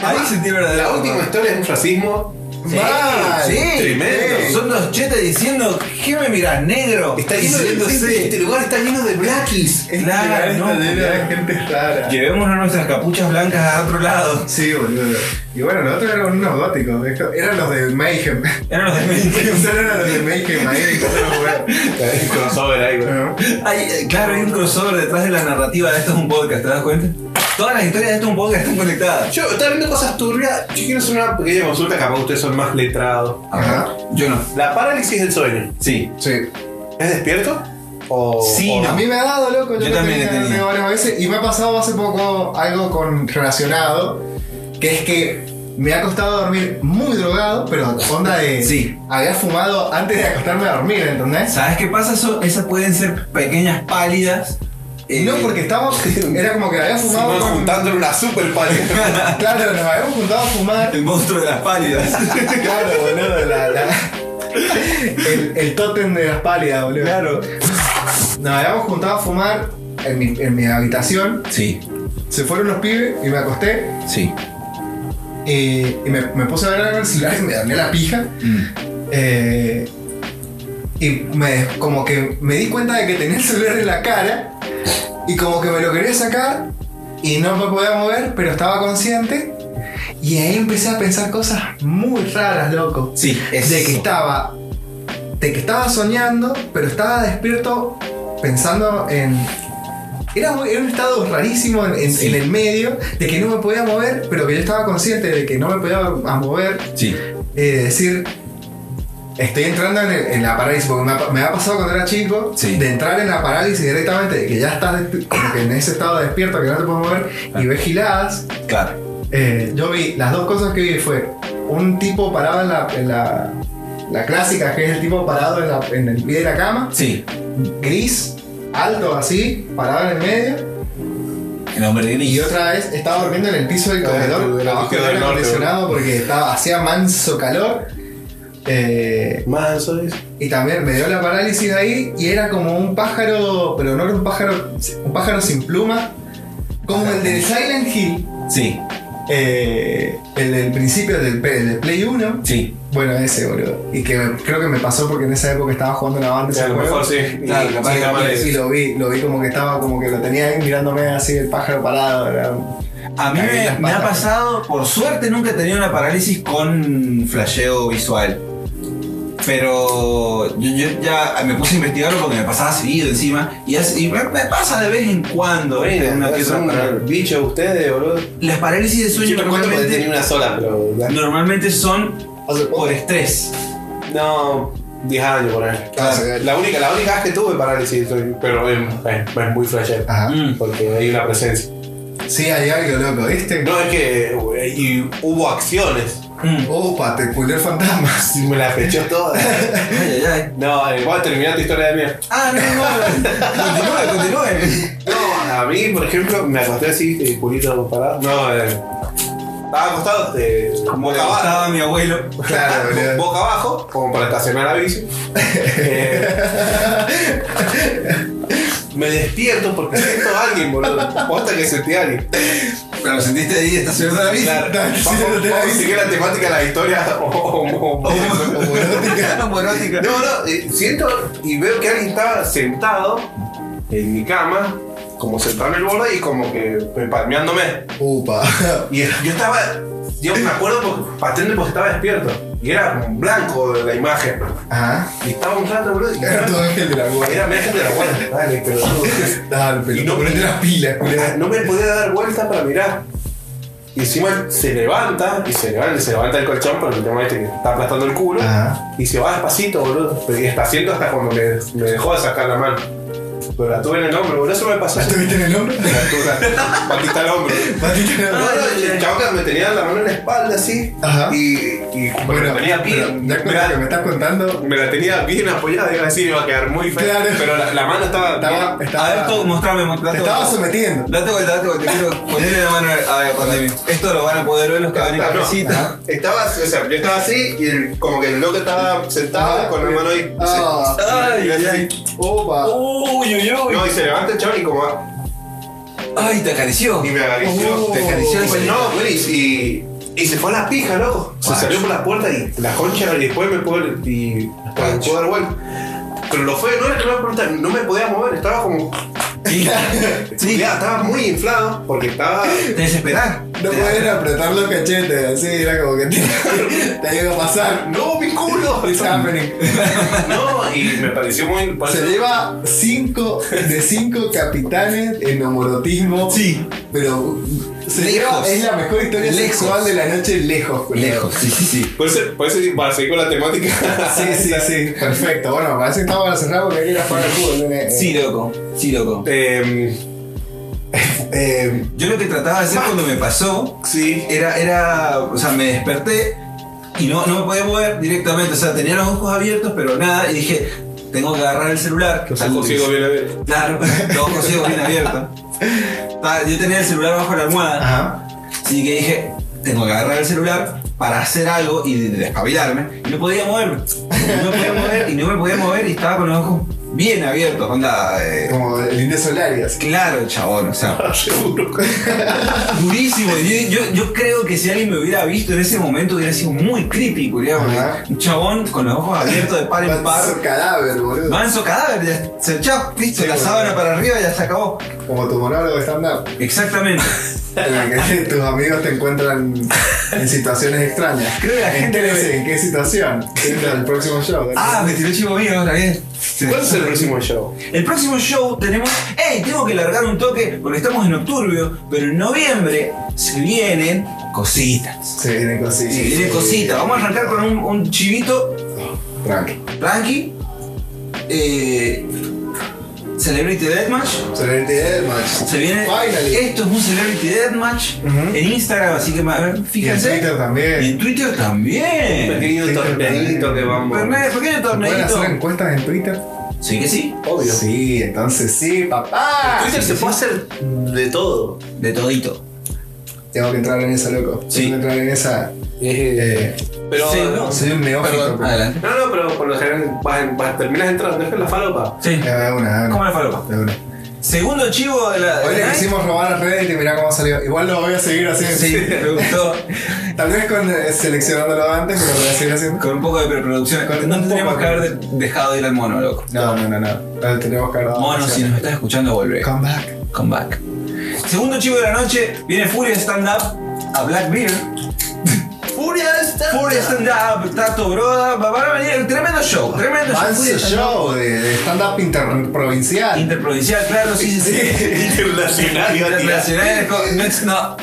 Ahí sentí verdadero. La última horror. historia es un racismo. Sí, Mal, sí, tremendo. sí. Son dos chetas diciendo, ¿qué me miras, negro? Está lleno de. Este Diciéndose. lugar está lleno de blackies. Este Claro, lugar está no, lleno boludo. de gente rara. Llevémonos nuestras capuchas blancas a otro lado. Sí, boludo. Y bueno, los otros eran unos góticos, ¿ves? eran los de Mayhem. Eran los de Medellín. Solo eran los de Mayhem ahí, nosotros, Un crossover ahí, güey. bueno. Hay- eh, claro, hay un crossover detrás de la narrativa de Esto es un podcast, ¿te das cuenta? Todas las historias de Esto es un podcast están conectadas. Yo estaba viendo cosas turbias. Yo quiero hacer una pequeña consulta, capaz ustedes son más letrados. Ajá. Yo no. La parálisis del sueño. Sí. Sí. ¿Es despierto? O, Sí, o- no. A mí me ha dado, loco, yo, Yo lo también he tenía, lo tenido. tengo varias veces. Y me ha pasado hace poco algo con relacionado, que es que me ha costado dormir muy drogado, pero onda de... Sí. Había fumado antes de acostarme a dormir, ¿entendés? ¿Sabes qué pasa? Son- esas pueden ser pequeñas pálidas. eh, No, porque estábamos... Era como que había fumado... Estamos con- juntando en una super pálida. Ah, Claro, nos habíamos juntado a fumar El monstruo de las pálidas. Claro, boludo, la, la- el, el tótem de las pálidas, boludo. Claro. Nos habíamos juntado a fumar en mi, en mi habitación. Sí, Se fueron los pibes y me acosté. sí. eh, y me, me puse a ver algo en el celular y me dormí la pija. Mm. Eh, y me, como que me di cuenta de que tenía el celular en la cara. Y como que me lo quería sacar. Y no me podía mover, pero estaba consciente. Y ahí empecé a pensar cosas muy raras, loco. Sí, es de que eso. estaba de que estaba soñando pero estaba despierto pensando en era, muy- era un estado rarísimo en, en- Sí. en el medio de que no me podía mover pero que yo estaba consciente de que no me podía a mover Sí. eh, de decir estoy entrando en, el- en la parálisis porque me ha, me ha pasado cuando era chico Sí. de entrar en la parálisis directamente de que ya estás despi- como que en ese estado despierto que no te puedes mover y ves giladas Claro. eh, yo vi, las dos cosas que vi fue un tipo parado en la, en la, la clásica, que es el tipo parado en, la- en el pie de la cama, Sí. gris, alto así, parado en el medio, El hombre de gris. y otra vez estaba durmiendo en el piso del del- corredor, del abajo piso del del aire norte, acondicionado porque estaba, hacía manso calor. Eh, Manso es. y también me dio la parálisis ahí y era como un pájaro, pero no era un pájaro, un pájaro sin pluma, como el de Silent Hill. Sí. Eh, el del principio del, pe- del Play 1. Sí. Bueno, ese, boludo. Y que me- creo que me pasó porque en esa época estaba jugando una banda. ese A lo juego. mejor sí. Y, Claro, capaz y- que capaz y lo vi, lo vi como que estaba, como que lo tenía ahí mirándome así el pájaro parado. era- A mí Ahí las me, me ha patas. pasado, por suerte nunca he tenido una parálisis con flasheo visual. Pero yo, yo ya me puse a investigarlo porque me pasaba seguido encima. Y, hace- y me, me pasa de vez en cuando. ¿viste? Una que otra parálisis. bichos ustedes, boludo. Las parálisis de sueño normalmente, una sola, pero. normalmente son Hace por estrés. No, 10 años por ahí. Ah, La única, la única vez que tuve parálisis, Pero es, es- es muy flasher. Ajá. Mm. Porque hay una presencia. Sí, hay algo loco, ¿viste? No, es que. Y hubo acciones. Mm. Opa, te culió el fantasma. Me la fechó toda. Ay, ay, ay. No, eh, bueno, terminá tu historia de mía. Ah, no, no, no. continúe, continúe. No, a mí, por ejemplo, me acosté así, eh, culito parado. No, eh, estaba acostado eh, Como le boca abajo. gustaba a mi abuelo. Claro, boludo. boca abajo, como para estacionar la bici. Eh, me despierto porque siento a alguien, boludo. Posta que sentí a alguien. Pero lo sentiste ahí estacionando la bici. Claro, Dale, vamos, siéntate la vamos a bici. seguir la temática de la historia. o- o- o- Como erótica. No, no, eh, siento y veo que alguien estaba sentado en mi cama, como sentado en el borde y como que eh, palmeándome. Upa. Y yo estaba, yo me acuerdo porque, patente porque estaba despierto. Y era como blanco la imagen. Ajá. Y estaba un rato, bro. Y Era tu ángel de la guarda. era medio de la buena. Dale, pero Dale, Y no- Ah, pelotudo, ponete las pilas, culiado. no me podía dar vuelta para mirar. Y encima se levanta, y se levanta, y se levanta el colchón por el tema este que está aplastando el culo. Ajá. Y se va despacito, boludo. Pero Y despacito hasta cuando me, me dejó de sacar la mano. Pero la tuve en el hombro, boludo. Eso me pasó. ¿La La tuviste en Ah, el hombro? tuve, la- patita al hombro. ¿Patita en el No, hombro? no, y el chabón que me tenía la mano en la espalda así. Ajá. Y, y Bueno, me tenía pero bien. ya con me la- lo que me estás contando, me la tenía bien apoyada, iba a decir, iba a quedar muy fea. Claro. Pero la, la mano estaba. estaba, A ver, tú, estaba, mostrame, mostrame. te estaba sometiendo. Date vuelta, date vuelta, quiero ponerle la mano a ver, pandemia. Esto lo van a poder ver los que van en Ah, no. cabecita. Estaba, o sea, yo estaba así y el- como que el loco estaba sentado Ah, con la mano ahí. Oh, Ah, Y Ay, hace ay, así. ay. opa. Uy, uy, uy. No, y se levanta el chabón y como. Ay, te acarició. Y me acarició. Oh. Te acarició el Bueno. No, güey, y, y se fue a la pija, loco. Se Guacho. salió por la puerta y la concha y después me pudo. Y me pudo dar vuelta. Pero lo fue, no era que me preguntar, no me podía mover, estaba como. Sí. Sí. Ya, estaba muy inflado porque estaba. Te desesperás. No Te- pueden apretar los cachetes, así era como que te, te llega a pasar. ¡No, mi culo! It's happening. No, y me pareció muy. por Se eso- lleva 5 de 5 capitanes en homorotismo. Sí. Pero se Lejos. lleva, es la mejor historia Lejos. sexual de la noche lejos. culiao. Lejos, sí, sí, sí. Por eso, por eso, para seguir con la temática. Sí, sí, sí. Perfecto. Bueno, me parece que estamos para cerrar porque hay que ir a jugar al fútbol. nene. Sí, loco. Sí, loco. Eh, eh, Yo lo que trataba de hacer cuando me pasó sí. era, era, o sea, me desperté y no, no me podía mover directamente. O sea, tenía los ojos abiertos, pero nada. Y dije, tengo que agarrar el celular. Los ojos ciegos bien abiertos. Claro, los ojos ciegos bien abiertos. Estaba- Yo tenía el celular bajo la almohada. Ajá. Así que dije, tengo que agarrar el celular para hacer algo y despabilarme. Y no podía moverme. No me podía mover y no me podía mover y estaba con los ojos bien abiertos, onda. eh, Como el Inés Solarias. Claro, chabón, o sea. Durísimo. Yo, yo- yo creo que si alguien me hubiera visto en ese momento hubiera sido muy crítico, diría, porque Ajá. un chabón con los ojos abiertos de par en par. Manso cadáver, boludo. Manso cadáver, ya, se ya, listo, Sí, la bueno. sábana para arriba ya se acabó. Como tu monólogo de stand-up. Exactamente. En el que tus amigos te encuentran en situaciones extrañas. Creo que la gente le ve- Entérense en qué situación. Entra al próximo show. Ah, me tiró chivo mío, ahora bien. Sí. ¿Cuál es el próximo show? El próximo show tenemos. ¡Ey! Tengo que largar un toque porque estamos en Nocturbio, pero en noviembre se vienen cositas. Se vienen cositas. Se vienen cositas. Vamos a arrancar con un, un chivito Tranqui. tranqui. Eh, Celebrity Deathmatch. Celebrity Deathmatch. Se viene. Finally. Esto es un Celebrity Deathmatch en Instagram, así que ma- Y en fíjense. Twitter también. Y en Twitter también. Pequeño Sí, torneito que vamos. Pequeño- Pequeño ¿Pueden torneito. hacer encuestas en Twitter? Sí que sí. Obvio. Sí, entonces sí, papá. Twitter se puede hacer de todo. De todito. Tengo que entrar en esa, loco. Sí. Tengo que entrar en esa. Eh, Pero. Sí, no. soy un neófito. Perdón, pero- adelante. No, no, pero por lo general vas, vas- terminas entrando, es que la falopa. Sí. Eh, de una, de una. ¿Cómo la falopa? De una. Segundo chivo de la. Hoy de le la- quisimos robar a Reddit y mirá cómo salió. Igual lo voy a seguir haciendo. Sí, me gustó. Tal vez con, eh, seleccionándolo antes, pero lo voy a seguir haciendo. Con un poco de preproducción. Con un No tendríamos poco. que haber de- dejado de ir al mono, loco. No, no, no, no. Lo tenemos que haber dado Mono, si opciones. nos estás escuchando, vuelve. Come back. Come back. Segundo chivo de la noche, viene Furia Stand Up a Black Beer. Furia Stand Up. Furia Stand Up, Tato Broda. Va- Van a venir. Tremendo show, tremendo show. Furia Manso Stand Up. show de, de stand-up interprovincial. Interprovincial, claro, sí, sí, sí. Internacional. iba a tirar. Internacional, co- no es no.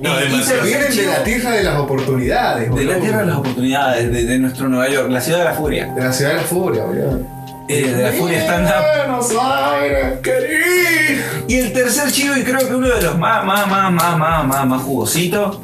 No, Y- demasiado. y tercer Vienen de chivo, la tierra de las oportunidades, de la boludo. tierra de las oportunidades, de, de nuestro Nueva York, la ciudad de la furia. De la ciudad de la furia, boludo. Eh, de la Furia Stand Up. Buenos Aires, querido. Y el tercer chivo, y creo que uno de los más, más, más, más, más, más, más jugositos.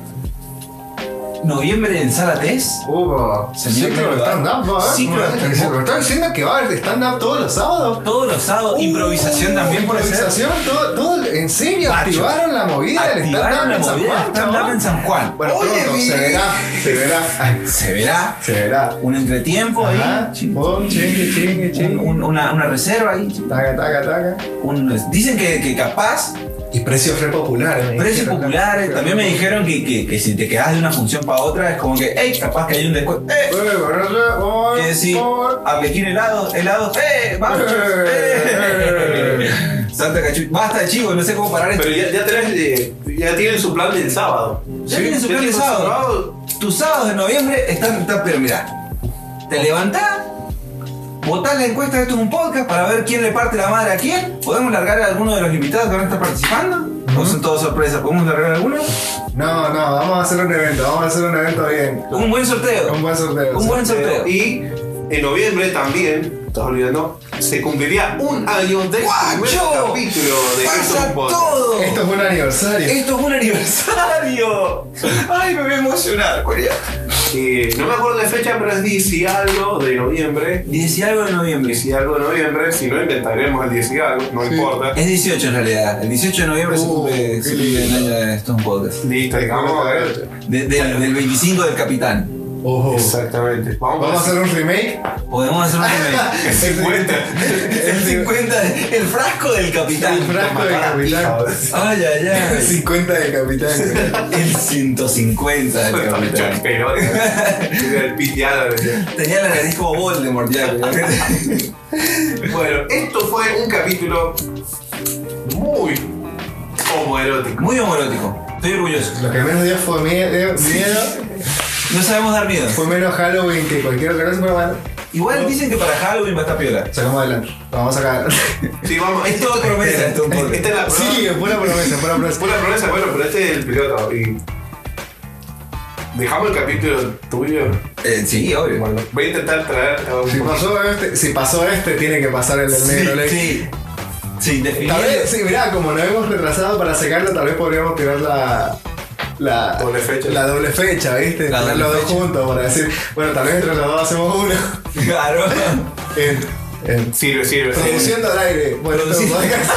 Noviembre en Sala Test. Hubo Señor, ciclo de ¿verdad? stand-up, va a haber. Ciclo de Me stand-up. están diciendo que va a haber stand-up todos los sábados. Todos los sábados, improvisación también por ser. Uh, Improvisación, todo, todo, en serio, Macho. activaron la movida del Activaron stand-up la en San movida Juan, stand-up chaval. en San Juan. Bueno, Oye, pronto, mi- se verá, se verá, Ay, Se verá. se verá. Un entretiempo Ajá, ahí. chi- pum, chingue, chingue, un- chingue. un- una, una reserva ahí. chi- Taca, taca, taca. un- dicen que, que capaz, Y precios re populares. me precios dijeron. populares. También me dijeron que, que, que si te quedas de una función para otra, es como que, hey, capaz que hay un descuento. ¡Eh! Eh, borracho, Que sí, por- Arlequín helado, helado, ¡eh! ¡Vamos! Eh. ¡Eh! Santa Cachu, basta de chivo, no sé cómo parar esto. Pero ya, ya tenés, eh, ya tienen su plan del sábado. Ya tienen su plan tienen del sábado. Tus sábados de noviembre están, están- pero mirá, te levantás, votás la encuesta, esto es un podcast para ver quién le parte la madre a quién. ¿Podemos largar a alguno de los invitados que van a estar participando? ¿O son todos sorpresas? ¿Podemos largar a alguno? No, no, vamos a hacer un evento, vamos a hacer un evento bien. Un buen sorteo. Un buen sorteo. Un buen sorteo. Y en noviembre también, estás olvidando, se cumpliría un año del primer ¡Guacho! capítulo de Esto es ¡Pasa un podcast. todo! Esto es un aniversario. ¡Esto es un aniversario! ¡Ay, me voy a emocionar, Corea! Eh, no me acuerdo de fecha, pero es 10 y algo de noviembre. 10 y algo de noviembre. 10 y algo de noviembre, si no inventaremos el 10 y algo, no importa. Es 18 en realidad. El 18 de noviembre se Uh, cumple se qué cumple el lindo. año de estos podcasts. Listo, vamos a ver. De- del, del 25 del Capitán. Ojo. Exactamente. Vamos, Vamos a hacer un remake. Podemos hacer un remake. el 50. El 50, de- el frasco del El Capitán. frasco del capitán. Ay, ay, El ay. 50 del capitán. El 150 del Capitán. El piteado. Tenía la nariz como Voldemort ya. Bueno, esto fue un capítulo muy homoerótico. Muy homorótico. Estoy orgulloso. Lo que menos dio fue miedo, miedo. No sabemos dar miedo. Fue menos Halloween que cualquier otra cosa, pero bueno, Igual dicen que para Halloween va a estar piola. sacamos adelante. Vamos a sacar. Sí, vamos. Es todo promesa esto Este un poco. Esta Este es la prueba. Sí, pura promesa, pura promesa. Fue la promesa, bueno, pero este es el piloto y. Dejamos el capítulo tuyo. Eh, sí, obvio. Bueno, voy a intentar traer a un Si pasó este, si pasó este, tiene que pasar el del negro. Lex. sí. Sí, Tal vez, definiendo. sí, mirá, como nos hemos retrasado para sacarlo, tal vez podríamos tirar la. La Doble fecha. La doble fecha, ¿viste? La Tirar doble los dos fecha. juntos para decir, bueno, tal vez entre los dos hacemos uno. Claro. En, en- Sirve, sirve. produciendo al aire. Bueno, Produciendo. podcast.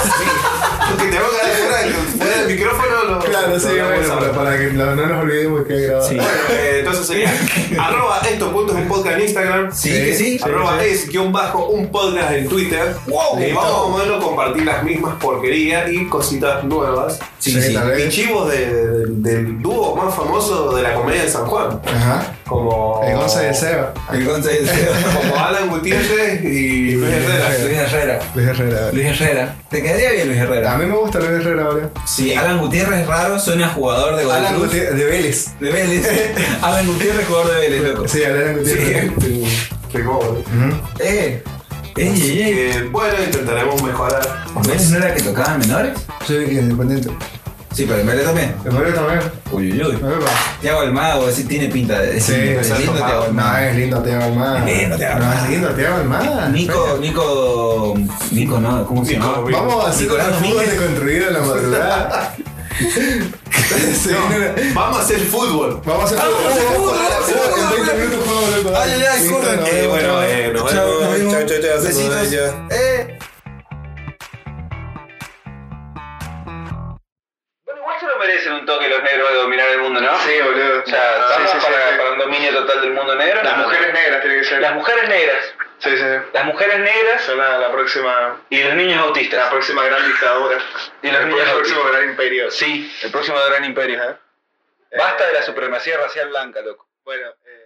Porque tengo que dar fuera fuera del micrófono lo. Claro, sí, lo bueno, vamos a para, para que no, no nos olvidemos que hay grabado. Bueno, eh, entonces sería arroba esto punto es un podcast en Instagram. Sí, que sí. Arroba es guión bajo un podcast en Twitter. Y vamos a moverlo, compartir las mismas porquerías y cositas nuevas. Sí, sí. tal Y vez. chivos de- de- del dúo más famoso de la comedia de San Juan. Ajá. Como. El 11 de Seba. El Gonza y el Seba. Como Alan Gutiérrez y Luis Herrera. Luis Herrera. Luis Herrera. Luis Herrera. Te quedaría bien Luis A Herrera. mí me gusta Luis Herrera, boludo. Sí, Alan Gutiérrez raro suena a jugador de Alan Godoy Cruz. Gutiérrez, de Vélez. De Vélez. Alan Gutiérrez, jugador de Vélez, loco. Sí, Alan Gutiérrez. Pegó, ¿eh? Ujú. Eh. Ey, ey, ey. Eh, bueno, intentaremos mejorar. ¿Vélez no era que tocaban menores? Soy independiente. Sí, pero en Vélez también. El Mario también. Uy, uy, uy. Me gusta. Thiago el Mago, ese tiene pinta de. Sí, ese- es es lindo Thiago el No, Mago. es lindo Tiago Almada. Es lindo Thiago No, Almada. es lindo Tiago Almada. Nico, Nico. Nico, no, ¿cómo se llama? Vamos a hacer un Nicolás fútbol Domínguez. deconstruido en la madrugada. Sí, no, Vamos a hacer fútbol. Vamos a hacer Vamos a hacer fútbol, vamos a hacer En 20 minutos juego, loco. Ay, ay, ay, Listo, corre. nos Eh, vemos, bueno, chao. eh, nos Chao, nos vemos. vimos. Chao, chao, chao. saludos, Besitos. ya. Eh. Bueno, igual se lo merecen un toque los negros de dominar el mundo, ¿no? Sí, boludo. Ah, O sea, sí, estamos sí, sí, para, sí. para un dominio total del mundo negro. Las ¿no? mujeres negras tienen que ser. Las mujeres negras. Sí, sí, sí. Las mujeres negras Son la, la próxima. y los niños La autistas. próxima gran dictadura. Y los El niños próximo autistas. gran imperio. Sí, el próximo gran imperio. Ajá. Basta de la supremacía racial blanca, loco. Bueno, eh.